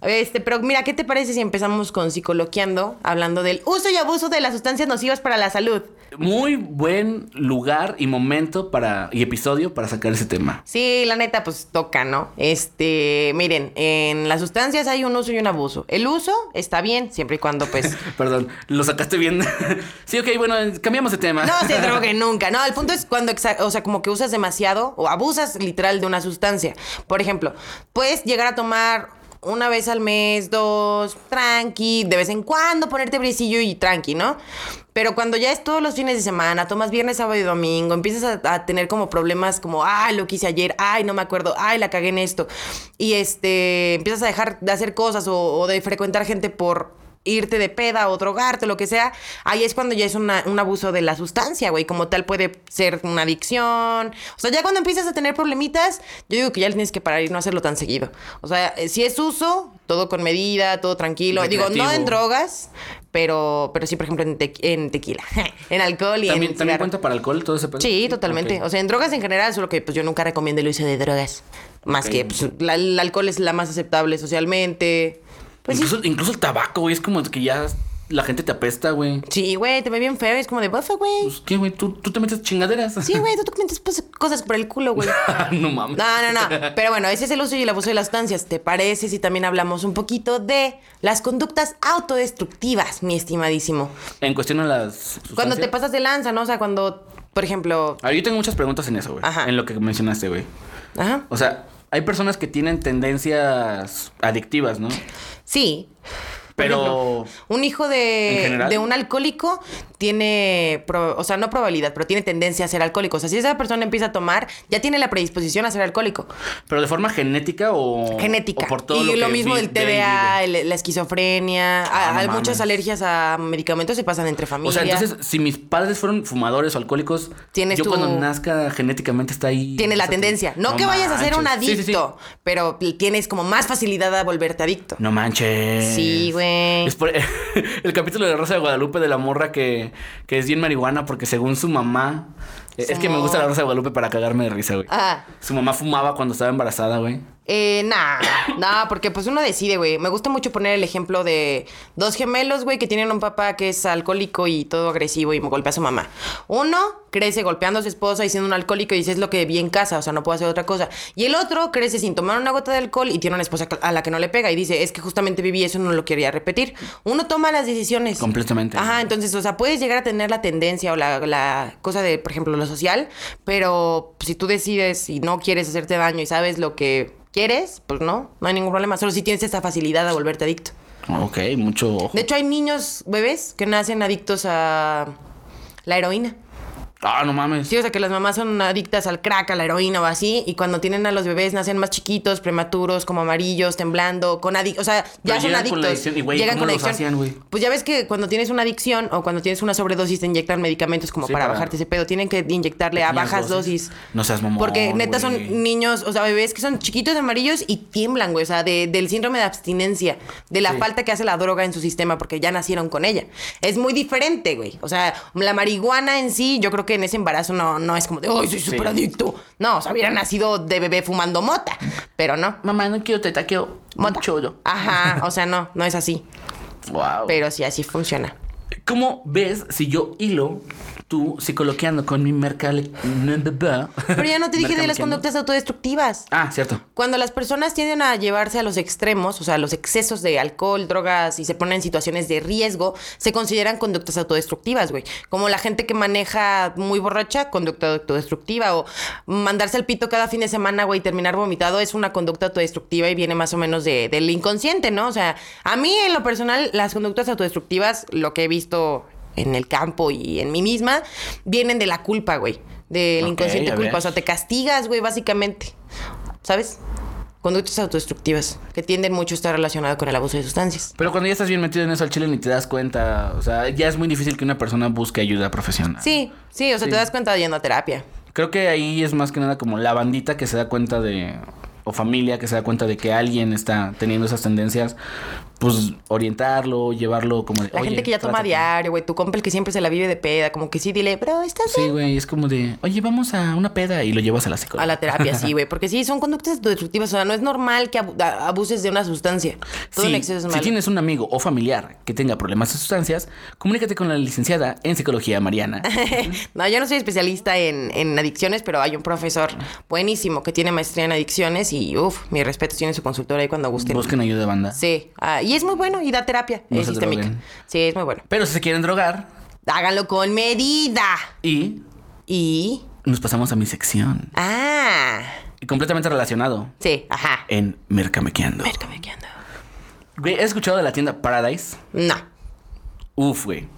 Este, pero mira, ¿qué te parece si empezamos con psicoloqueando, hablando del uso y abuso de las sustancias nocivas para la salud? Muy buen lugar y momento para y episodio para sacar ese tema. Sí, la neta, pues toca, ¿no? Este, miren, en las sustancias hay un uso y un abuso. El uso está bien, siempre y cuando, pues. Perdón, lo sacaste bien. sí, ok, bueno, cambiamos de tema. No se droguen nunca. No, el punto es cuando, exa- o sea, como que usas demasiado o abusas literal de una sustancia. Por ejemplo, puedes llegar a tomar una vez al mes, dos, tranqui, de vez en cuando ponerte brisillo y tranqui, ¿no? Pero cuando ya es todos los fines de semana, tomas viernes, sábado y domingo, empiezas a, a tener como problemas como, ay, lo quise ayer, ay, no me acuerdo, ay, la cagué en esto. Y este, empiezas a dejar de hacer cosas o, o de frecuentar gente por irte de peda o drogarte, lo que sea, ahí es cuando ya es una- un abuso de la sustancia, güey. Como tal puede ser una adicción. O sea, ya cuando empiezas a tener problemitas, yo digo que ya tienes que parar y no hacerlo tan seguido. O sea, eh, si es uso, todo con medida, todo tranquilo. Digo, no Recreativo. en drogas, pero, pero sí, por ejemplo, en, te- en tequila, en alcohol y ¿También, también en cigarro. cuenta para alcohol todo ese pedo? Sí, totalmente. Ok. O sea, en drogas en general, solo que pues yo nunca recomiendo el uso de drogas. Más Ok. que pues, la- el alcohol es la más aceptable socialmente. Pues sí. incluso, incluso el tabaco, güey, es como que ya la gente te apesta, güey. Sí, güey, te ve bien feo. y Es como de bofa, güey. Pues qué, güey, ¿Tú, tú te metes chingaderas. Sí, güey, tú te metes pues, cosas por el culo, güey. no mames. No, no, no. Pero bueno, ese es el uso y el abuso de las sustancias. ¿Te parece si también hablamos un poquito de las conductas autodestructivas, mi estimadísimo? En cuestión a las. Cuando sustancias. te pasas de lanza, ¿no? O sea, cuando, por ejemplo. A ver, yo tengo muchas preguntas en eso, güey. Ajá. En lo que mencionaste, güey. Ajá. O sea, hay personas que tienen tendencias adictivas, ¿no? Sí. Por Pero. ejemplo, un hijo ¿En de, general? de un alcohólico tiene, pro- o sea, no probabilidad, pero tiene tendencia a ser alcohólico. O sea, si esa persona empieza a tomar, ya tiene la predisposición a ser alcohólico. Pero de forma genética o. genética. o por todo y lo, que mismo vi- del ven, TDA, vive. el- la esquizofrenia, Ah, a- no a- muchas mames. alergias a medicamentos se pasan entre O familias. sea, entonces, si mis padres fueron fumadores o alcohólicos, Tienes yo tu- cuando nazca genéticamente está ahí. Tienes la esa ten- tendencia. No, que vayas a ser un manches. Sí, adicto, sí, sí. pero tienes como más facilidad a volverte adicto. No manches. Sí, güey. Es por- e-, el capítulo de Rosa de Guadalupe de la morra que, que es bien marihuana porque según su mamá... e-, Es que me gusta la Rosa de Guadalupe para cagarme de risa, güey. Ah. Su mamá fumaba cuando estaba embarazada, güey. Eh, nah, nah, porque pues uno decide, güey. Me gusta mucho poner el ejemplo de dos gemelos, güey, que tienen un papá que es alcohólico y todo agresivo y golpea a su mamá. Uno crece golpeando a su esposa y siendo un alcohólico y dice es lo que vi en casa, o sea, no puedo hacer otra cosa. Y el otro crece sin tomar una gota de alcohol y tiene una esposa a la que no le pega y dice es que justamente viví eso, no lo quería repetir. Uno toma las decisiones. Completamente. Ajá, entonces, o sea, puedes llegar a tener la tendencia o la, la cosa de, por ejemplo, lo social, pero si tú decides y no quieres hacerte daño y sabes lo que quieres, pues no, no hay ningún problema. Solo si tienes esa facilidad a volverte adicto. Ok, mucho ojo. De hecho, hay niños, bebés, que nacen adictos a la heroína. Ah, no mames. Sí, o sea, que las mamás son adictas al crack, a la heroína o así, y cuando tienen a los bebés nacen más chiquitos, prematuros, como amarillos, temblando, con adicción, o sea, ya Pero son llegan adictos. con la adicción, y, güey, ¿cómo los hacían, güey? pues ya ves que cuando tienes una adicción o cuando tienes una sobredosis te inyectan medicamentos como Sí, para, para- bajarte ese pedo, tienen que inyectarle a Pequeñas bajas dosis. dosis. No seas mamón, Porque neta güey. son niños, o sea, bebés que son chiquitos, amarillos y tiemblan, güey, o sea, de- del síndrome de abstinencia, de la Sí. falta que hace la droga en su sistema porque ya nacieron con ella. Es muy diferente, güey. O sea, la marihuana en sí, yo creo que en ese embarazo no, no es como de, ¡ay, soy súper adicto! No, o sea, hubiera nacido de bebé fumando mota, pero no. Mamá, no quiero teta, quiero Mota. chollo. Ajá, o sea, no, no es así. Wow. Pero sí, así funciona. ¿Cómo ves si yo hilo tú psicoloqueando con mi mercale... Pero ya no te dije de las Mercalequeando. conductas autodestructivas. Ah, cierto. Cuando las personas tienden a llevarse a los extremos, o sea, a los excesos de alcohol, drogas y se ponen en situaciones de riesgo, se consideran conductas autodestructivas, güey. Como la gente que maneja muy borracha, conducta autodestructiva, o mandarse el pito cada fin de semana, güey, y terminar vomitado es una conducta autodestructiva y viene más o menos de- del inconsciente, ¿no? O sea, a mí en lo personal, las conductas autodestructivas, lo que he visto en el campo y en mí misma, vienen de la culpa, güey. Del Ok, inconsciente a culpa. ver. O sea, te castigas, güey, básicamente. ¿Sabes? Conductas autodestructivas que tienden mucho a estar relacionado con el abuso de sustancias. Pero cuando ya estás bien metido en eso al chile ni te das cuenta. O sea, ya es muy difícil que una persona busque ayuda profesional. Sí, sí, o sea, Sí. te das cuenta yendo a terapia. Creo que ahí es más que nada como la bandita que se da cuenta de. o familia que se da cuenta de que alguien está teniendo esas tendencias, pues orientarlo, llevarlo como de. La gente "Oye, que ya toma trátate". diario, güey. Tu compa el que siempre se la vive de peda. Como que sí, dile, bro, ¿estás Sí, bien? güey, es como de, oye, vamos a una peda y lo llevas a la psicóloga. A la terapia, sí, güey. Porque sí, son conductas destructivas. O sea, no es normal que abu- a- abuses de una sustancia. Todo Sí, el exceso es malo. Si tienes un amigo o familiar que tenga problemas de sustancias, comunícate con la licenciada en psicología Mariana. No, yo no soy especialista en, en adicciones, pero hay un profesor buenísimo que tiene maestría en adicciones y, uff, mi respeto, tiene su consultora ahí cuando gusten. Busquen ayuda de banda. Sí, ah, y es muy bueno y da terapia No eh, se sistémica. droguen. Sí, es muy bueno. Pero si se quieren drogar Háganlo con medida. y Y. nos pasamos a mi sección. Ah, Y completamente relacionado sí, ajá. en Mercamequeando. Mércame, ¿qué ando? Güey, ¿Has escuchado de la tienda Paradise? No. Uf, güey.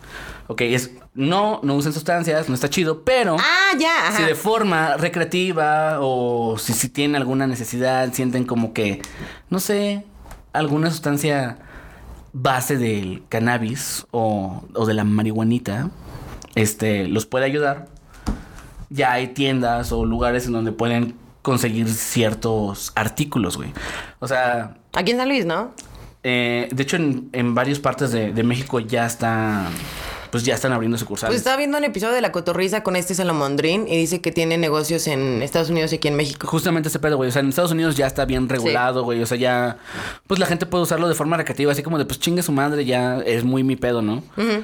Ok, es no, no usen sustancias, no está chido, pero Ah, ya, si ajá. de forma recreativa o si, si tienen alguna necesidad, sienten como que, no sé, alguna sustancia base del cannabis o, o de la marihuanita, este, los puede ayudar. Ya hay tiendas o lugares en donde pueden conseguir ciertos artículos, güey. O sea, Aquí en San Luis, ¿no? eh, de hecho, en, en varias partes de, de México ya están. Pues ya están abriendo sucursales. Pues estaba viendo un episodio de La Cotorriza con este Salomondrín y dice que tiene negocios en Estados Unidos y aquí en México. Justamente ese pedo, güey. O sea, en Estados Unidos ya está bien regulado, güey. O sea, ya. Pues la gente puede usarlo de forma recreativa, así como de, pues chingue su madre, ya es muy mi pedo, ¿no?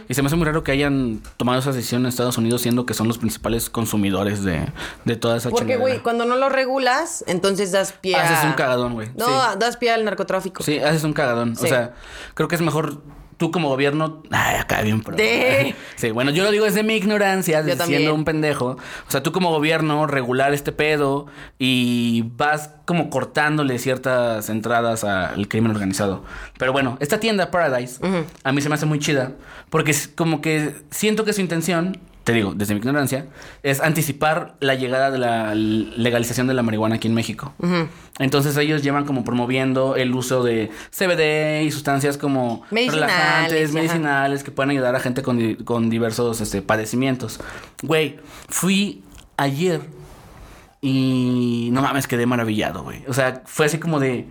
Y se me hace muy raro que hayan tomado esa decisión en Estados Unidos, siendo que son los principales consumidores de, de toda esa Porque, chingadera. güey, cuando no lo regulas, entonces das pie a... Haces un cagadón, güey. No, Sí. das pie al narcotráfico. Sí, haces un cagadón. O Sí. sea, creo que es mejor tú como gobierno. Ay, acá bien, pro. De- Sí, bueno, yo lo digo desde mi ignorancia, desde también. siendo un pendejo. O sea, tú como gobierno regular este pedo y vas como cortándole ciertas entradas al crimen organizado. Pero bueno, esta tienda Paradise a mí se me hace muy chida porque es como que siento que su intención. Te digo, desde mi ignorancia, es anticipar la llegada de la legalización de la marihuana aquí en México. Entonces ellos llevan como promoviendo el uso de CBD y sustancias como Medicinales, relajantes, ajá. medicinales, que pueden ayudar a gente con, di- con diversos este, padecimientos. Güey, fui ayer y no mames, quedé maravillado, güey. O sea, fue así como de...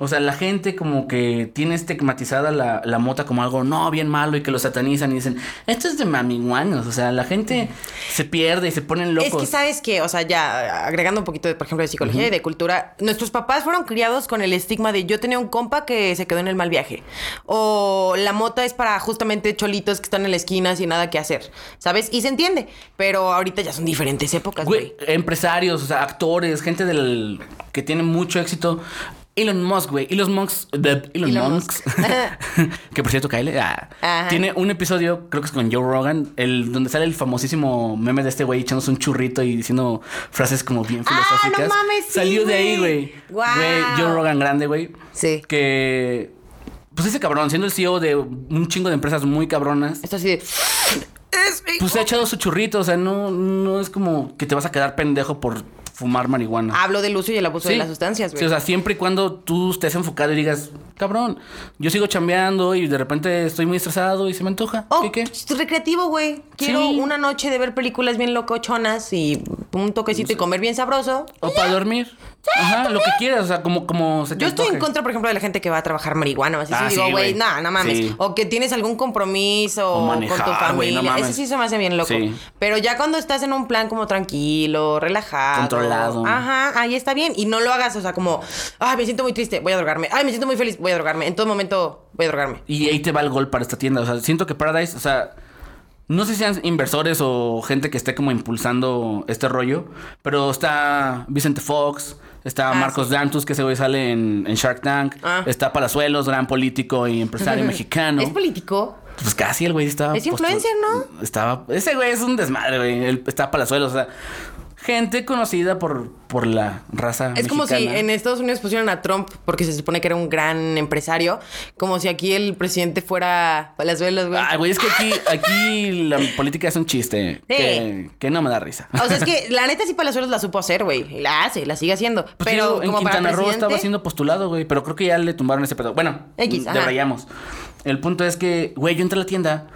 O sea, la gente como que tiene estigmatizada la, la mota como algo no bien malo y que lo satanizan y dicen, esto es de mamiguanos. O sea, la gente se pierde y se ponen locos. Es que sabes que, o sea, ya agregando un poquito, de, por ejemplo, de psicología y de cultura, nuestros papás fueron criados con el estigma de yo tenía un compa que se quedó en el mal viaje. O la mota es para justamente cholitos que están en la esquina sin nada que hacer, ¿sabes? Y se entiende, pero ahorita ya son diferentes épocas, Güey, güey. empresarios, o sea, actores, gente del que tiene mucho éxito. Elon Musk, güey. Elon Musk. de- Elon, Elon Musk. Musk. que por cierto, Kyle. ah, Ajá. tiene un episodio, creo que es con Joe Rogan, el, donde sale el famosísimo meme de este güey echándose un churrito y diciendo frases como bien Ah, no filosóficas. mames, sí, Salió de ahí, güey. güey. Guau. Güey, Joe Rogan grande, güey. Sí. Que. Pues ese cabrón, siendo el CEO de un chingo de empresas muy cabronas. Esto así de... Es mi Pues se ha echado su churrito, o sea, no, no es como que te vas a quedar pendejo por fumar marihuana. Hablo del uso y el abuso de Ah, pues, las sustancias, güey. Sí, o sea, siempre y cuando tú estés enfocado y digas, cabrón, yo sigo chambeando y de repente estoy muy estresado y se me antoja. Oh, ¿Qué qué? pues, recreativo, güey. Quiero Sí. una noche de ver películas bien locochonas y un toquecito y comer bien sabroso. O para dormir. Ajá, lo que quieras, o sea, como, como se te Yo estoy en antoje. contra, por ejemplo, de la gente que va a trabajar marihuana. Así Ah, sí, digo, sí, güey, güey. no, no mames. Sí. O que tienes algún compromiso O con tu manejar, güey, no familia. mames. Eso sí se me hace bien loco. Sí. Pero ya cuando estás en un plan como tranquilo, relajado. Controlado. Ajá, ahí está bien. Y no lo hagas, o sea, como, ay, me siento muy triste, voy a drogarme. Ay, me siento muy feliz, voy a drogarme. En todo momento voy a drogarme. Y ahí te va el gol para esta tienda. O sea, siento que Paradise, o sea, no sé si sean inversores o gente que esté como impulsando este rollo, pero está Vicente Fox, está Ah, Marcos Dantus, que ese güey sale en, en Shark Tank, Ah. está Palazuelos, gran político y empresario mexicano. ¿Es político? Pues casi el güey estaba. Es postu- influencer, ¿no? Estaba. Ese güey es un desmadre, güey. Él está Palazuelos, o sea. Gente conocida por, por la raza. Es como si mexicana. en Estados Unidos pusieran a Trump porque se supone que era un gran empresario, como si aquí el presidente fuera Palazuelos, güey. Ay, güey, es que aquí, aquí la política es un chiste. Que, que no me da risa. O sea, es que la neta sí Palazuelos la supo hacer, güey. Y La hace, la sigue haciendo. Pues pero digo, en como para Quintana Roo presidente, estaba siendo postulado, güey, pero creo que ya le tumbaron ese pedo. Bueno, mm, X, ajá. debrayamos. El punto es que, güey, yo entré a la tienda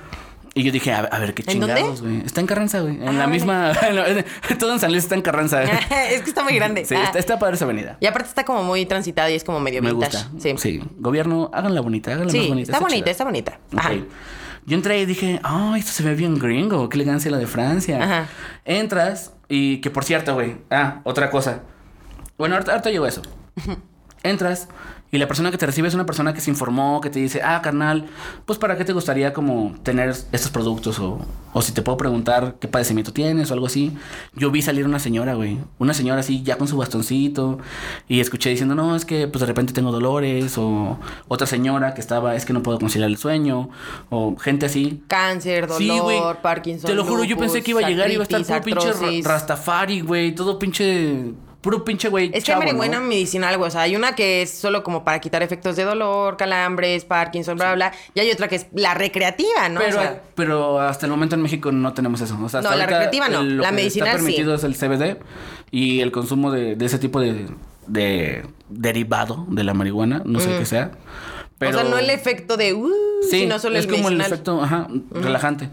Y yo dije, a, a ver, qué ¿En dónde? chingados, güey. Está en Carranza, güey. En Ah, la vale. misma. en la- todo en San Luis está en Carranza. es que está muy grande. Sí, Ah. está, está padre esa avenida. Y aparte está como muy transitada y es como medio Me vintage. gusta. Sí. Sí, Gobierno, háganla bonita, háganla más bonita. está bonita, chida. está bonita. Ok. Ajá. Yo entré y dije, ah, esto se ve bien gringo, qué elegancia la de Francia. Ajá. Entras y que por cierto, güey, ah, otra cosa. Bueno, ahorita, ahorita llego a eso. Entras y la persona que te recibe es una persona que se informó, que te dice, ah, carnal, pues para qué te gustaría como tener estos productos o, o si te puedo preguntar qué padecimiento tienes o algo así. Yo vi salir una señora, güey, una señora así ya con su bastoncito y escuché diciendo, no, es que pues de repente tengo dolores o otra señora que estaba, es que no puedo conciliar el sueño o gente así. Cáncer, Sí, güey. dolor, Parkinson. Te lo juro, yo lupus, pensé que iba a llegar y iba a estar puro artritis, pinche artrosis. ra- rastafari, güey. Todo pinche. Puro pinche, güey. Es que chavo, hay ¿no? marihuana medicinal, güey. O sea, hay una que es solo como para quitar efectos de dolor, calambres, Parkinson, bla, bla, bla. Y hay otra que es la recreativa, ¿no? O Pero, sea, pero hasta el momento en México no tenemos eso. O sea, hasta No, la ahorita recreativa no, el- Lo la que medicinal está permitido es el CBD y el consumo de, de ese tipo de, de derivado de la marihuana, no sé qué sea. Pero o sea, no el efecto de uh, Sí, sino solo es el como medicinal. el efecto ajá, relajante.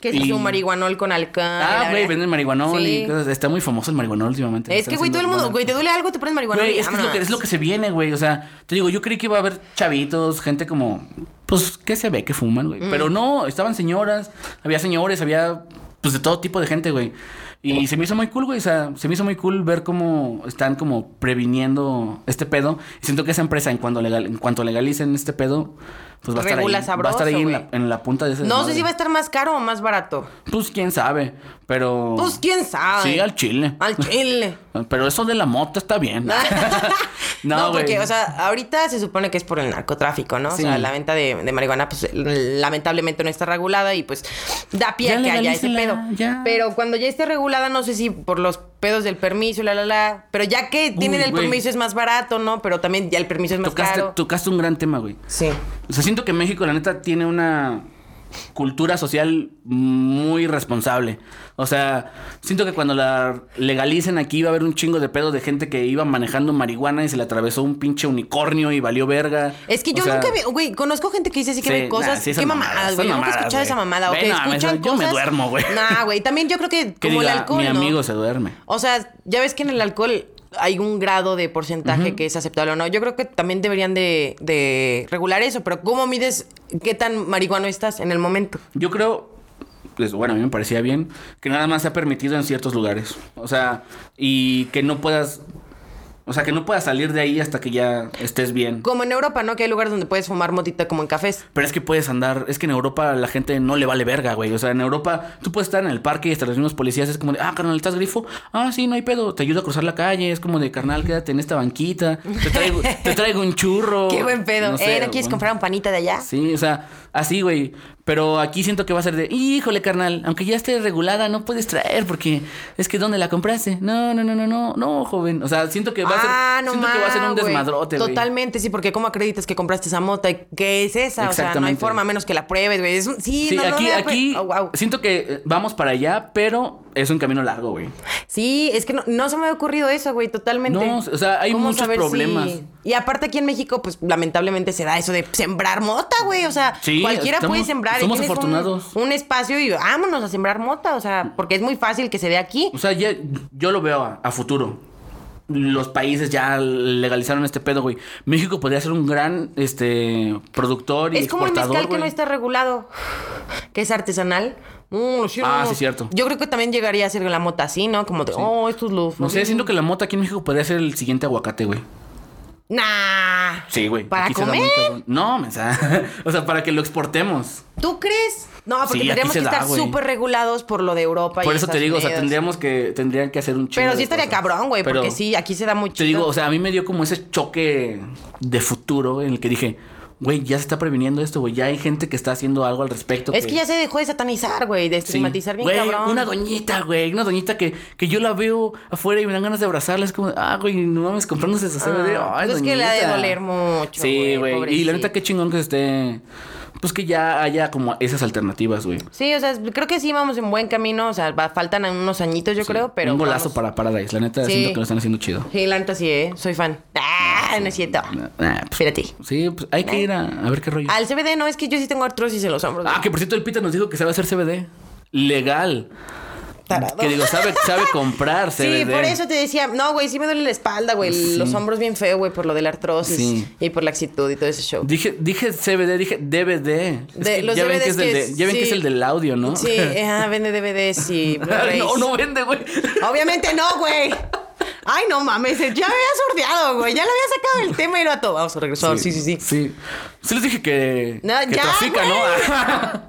Que es y- un marihuanol con alcohol. Ah, la güey, verdad. venden marihuanol Sí. y cosas. Está muy famoso el marihuanol últimamente. Es Están que, güey, todo el haciendo mundo, buenas- güey, te duele algo, te pones marihuana. Güey, y es que es lo, que es lo que se viene, güey. O sea, te digo, yo creí que iba a haber chavitos, gente como, pues, ¿qué se ve que fuman, Mm. güey? Pero no, estaban señoras, había señores, había, pues, de todo tipo de gente, güey. Y se me hizo muy cool, güey. O sea, se me hizo muy cool ver cómo están como previniendo este pedo. Y siento que esa empresa, en cuanto, legal, en cuanto legalicen este pedo, pues va a estar ahí. va Regula a estar ahí sabroso, en la, güey. en la punta de ese. No sé desmadre. si va a estar más caro o más barato. Pues, quién sabe. Pero. Pues quién sabe. Sí, al chile. Al chile. Pero eso de la mota está bien. No, güey. porque, o sea, ahorita se supone que es por el narcotráfico, ¿no? Sí. O sea, la venta de, de marihuana, pues lamentablemente no está regulada y pues da pie Ya a que haya ese pedo. legalícela, ya. Pero cuando ya esté regulada, no sé si por los pedos del permiso, la, la, la. Pero ya que tienen el güey. permiso es más barato, ¿no? Pero también ya el permiso es más tocaste, caro. tocaste un gran tema, güey. Sí. O sea, siento que México, la neta, tiene una cultura social muy responsable. O sea, siento que cuando la legalicen aquí va a haber un chingo de pedo de gente que iba manejando marihuana y se le atravesó un pinche unicornio y valió verga. Es que yo O sea, nunca vi, güey, conozco gente que dice así que Sí, ve cosas. nah, sí, qué son mamadas, mamadas, güey. son Nunca he mamadas, escuchado güey. esa mamada. o Ve que nada más, escuchan yo me cosas- duermo, güey. Nah, güey. También yo creo que que como diga, el alcohol. mi ¿no? amigo se duerme. O sea, ya ves que en el alcohol hay un grado de porcentaje que es aceptable o no. Yo creo que también deberían de, de regular eso, pero ¿cómo mides qué tan marihuano estás en el momento? Yo creo, pues, bueno, a mí me parecía bien que nada más sea permitido en ciertos lugares. O sea, y que no puedas, o sea, que no puedas salir de ahí hasta que ya estés bien. Como en Europa, ¿no? Que hay lugares donde puedes fumar motita como en cafés. Pero es que puedes andar, es que en Europa la gente no le vale verga, güey. O sea, en Europa tú puedes estar en el parque y hasta los mismos policías es como de, ah, carnal, ¿estás grifo? Ah, sí, no hay pedo. Te ayuda a cruzar la calle, es como de, carnal, quédate en esta banquita. Te traigo, te traigo un churro. Qué buen pedo. Oh, sé, eh, ¿no quieres güey. comprar un panita de allá? Sí, o sea, así, güey. Pero aquí siento que va a ser de, híjole, carnal, aunque ya esté regulada, no puedes traer porque es que ¿dónde la compraste? No, no, no, no, no, no, joven. O sea, siento que va a ser, ah, no siento que va a ser ma, un güey. desmadrote, güey. Totalmente, sí, porque ¿cómo acreditas que compraste esa mota? ¿Y ¿Qué es esa? O sea, no hay Exactamente. forma a menos que la pruebes, güey. Es un- Sí, Sí, no, no, aquí, no, pues- aquí Oh, wow. siento que eh, vamos para allá, pero es un camino largo, güey. Sí, es que no, no se me ha ocurrido eso, güey, totalmente. No, o sea, hay ¿Cómo muchos saber problemas. si- Y aparte aquí en México, pues lamentablemente se da eso de sembrar mota, güey. O sea, Sí, cualquiera estamos- puede sembrar. y somos tienes un- afortunados. Un, espacio y vámonos a sembrar mota, o sea, porque es muy fácil que se dé aquí. O sea, ya- yo lo veo a, a futuro. Los países ya legalizaron este pedo, güey. México podría ser un gran este productor y Es como el exportador, mezcal que güey. no está regulado, que es artesanal. Mm, sí, Ah, no. sí, cierto. Yo creo que también llegaría a ser la mota así, ¿no? Como de, oh, esto es lo. No sé, siento que la mota aquí en México podría ser el siguiente aguacate, güey. Nah. Sí, güey. ¿Para Aquí se da muy comer? cabrón. No, o sea, o sea, para que lo exportemos. ¿Tú crees? No, porque Sí, aquí tendríamos se que da, estar güey. súper regulados por lo de Europa. y Por eso te Estados digo, o sea, Unidos. tendríamos que tendrían que hacer un chingo Pero sí de estaría cosas. cabrón, güey, Pero porque sí, aquí se da mucho. Te digo, o sea, a mí me dio como ese choque de futuro en el que dije, güey, ya se está previniendo esto, güey, ya hay gente que está haciendo algo al respecto. es que ya se dejó de satanizar, güey, de Sí. estigmatizar bien Güey, cabrón. Una doñita, güey, una doñita que, que yo la veo afuera y me dan ganas de abrazarla, es como, ah, güey, no mames, comprándose esa CBD. Ah, Ay, pues es que le ha de doñita. doler mucho, Sí, güey, güey. Y la pobrecita. neta, qué chingón que se esté. Pues que ya haya como esas alternativas, güey. Sí, o sea, creo que sí vamos en buen camino, o sea, va- faltan unos añitos, yo creo, pero Un golazo vamos. para Paradise. La neta, Sí. siento que lo están haciendo chido. Sí, la neta sí, eh, soy fan. ¡Ah! Ah, no es cierto. Nah, pues, Fíjate. sí, pues hay que ir a, a ver qué rollo. Al CBD no, es que yo sí tengo artrosis en los hombros. Ah, que por cierto, el Pita nos dijo que sabe hacer CBD. Legal. Tarado. Que digo, sabe, sabe comprar CBD. Sí, por eso te decía, no, güey, sí me duele la espalda, güey, los hombros bien feo, güey, por lo de la artrosis Sí. y por la actitud y todo ese show. Dije, dije CBD, dije DVD. Es De- que los ya ven DVDs que es, del, que de- ya ven que sí. es el del audio, ¿no? Sí, ajá, vende DVDs y Blu-rays. no, no vende, güey. Obviamente no, güey. Ay, no mames, ya me había sordeado, güey. Ya le había sacado el tema y era todo. Vamos a regresar. Sí, sí, sí. Sí. Sí les dije que, No, que ya, trafica, ¿no?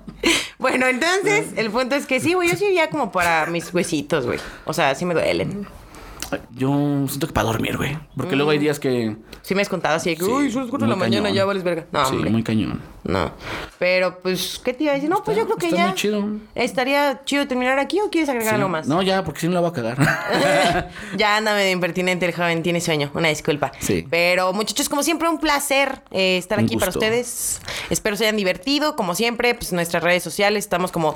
Bueno, entonces, el punto es que sí, güey. Yo sí iría como para mis huesitos, güey. O sea, sí me duelen. Yo siento que para dormir, güey. Porque luego hay Mm. días que. Sí me has contado así de que, Sí, uy, son las cuatro de la muy mañana, cañón. ya vales verga. No, sí, hombre. muy cañón. No. Pero, pues, ¿qué te iba a decir? No, pues yo creo que está ya. muy chido. ¿Estaría chido terminar aquí o quieres agregar Sí. algo más? No, ya, porque si no la va a cagar. ya anda medio impertinente el joven, tiene sueño, una disculpa. Sí. Pero muchachos, como siempre, un placer eh, estar Un aquí para gusto. ustedes. Espero se hayan divertido, como siempre, pues nuestras redes sociales estamos como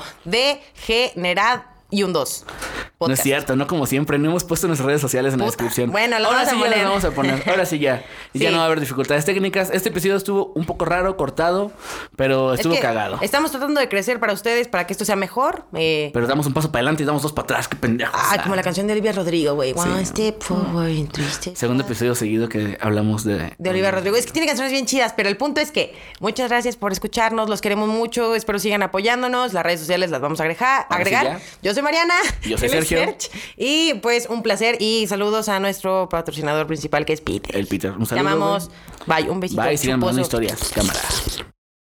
Degenerad y un 2. No es cierto, no como siempre. No hemos puesto nuestras redes sociales en la Puta. descripción. Bueno, lo Ahora vamos a sí ya las poner. vamos a poner. Ahora sí ya. Y Ya Sí. no va a haber dificultades técnicas. Este episodio estuvo un poco raro, cortado, pero estuvo cagado. Estamos tratando de crecer para ustedes, para que esto sea mejor. eh, Pero damos un paso para adelante y damos dos para atrás. Qué pendejos. ah, Ah. como la canción de Olivia Rodrigo, güey. One step forward, three steps Segundo episodio seguido que hablamos de. um, De Olivia Rodrigo. Es que tiene canciones bien chidas, pero el punto es que muchas gracias por escucharnos, los queremos mucho, espero sigan apoyándonos, las redes sociales las vamos a agregar. Ahora sí, agregar. ya. Yo soy Mariana. Yo soy él es Sergio. Serge, y pues un placer y saludos a nuestro patrocinador principal que es Peter. El Peter. Un saludo, Llamamos. Bye, un besito. Bye, sigan chuposo. mandando historias. Cámara.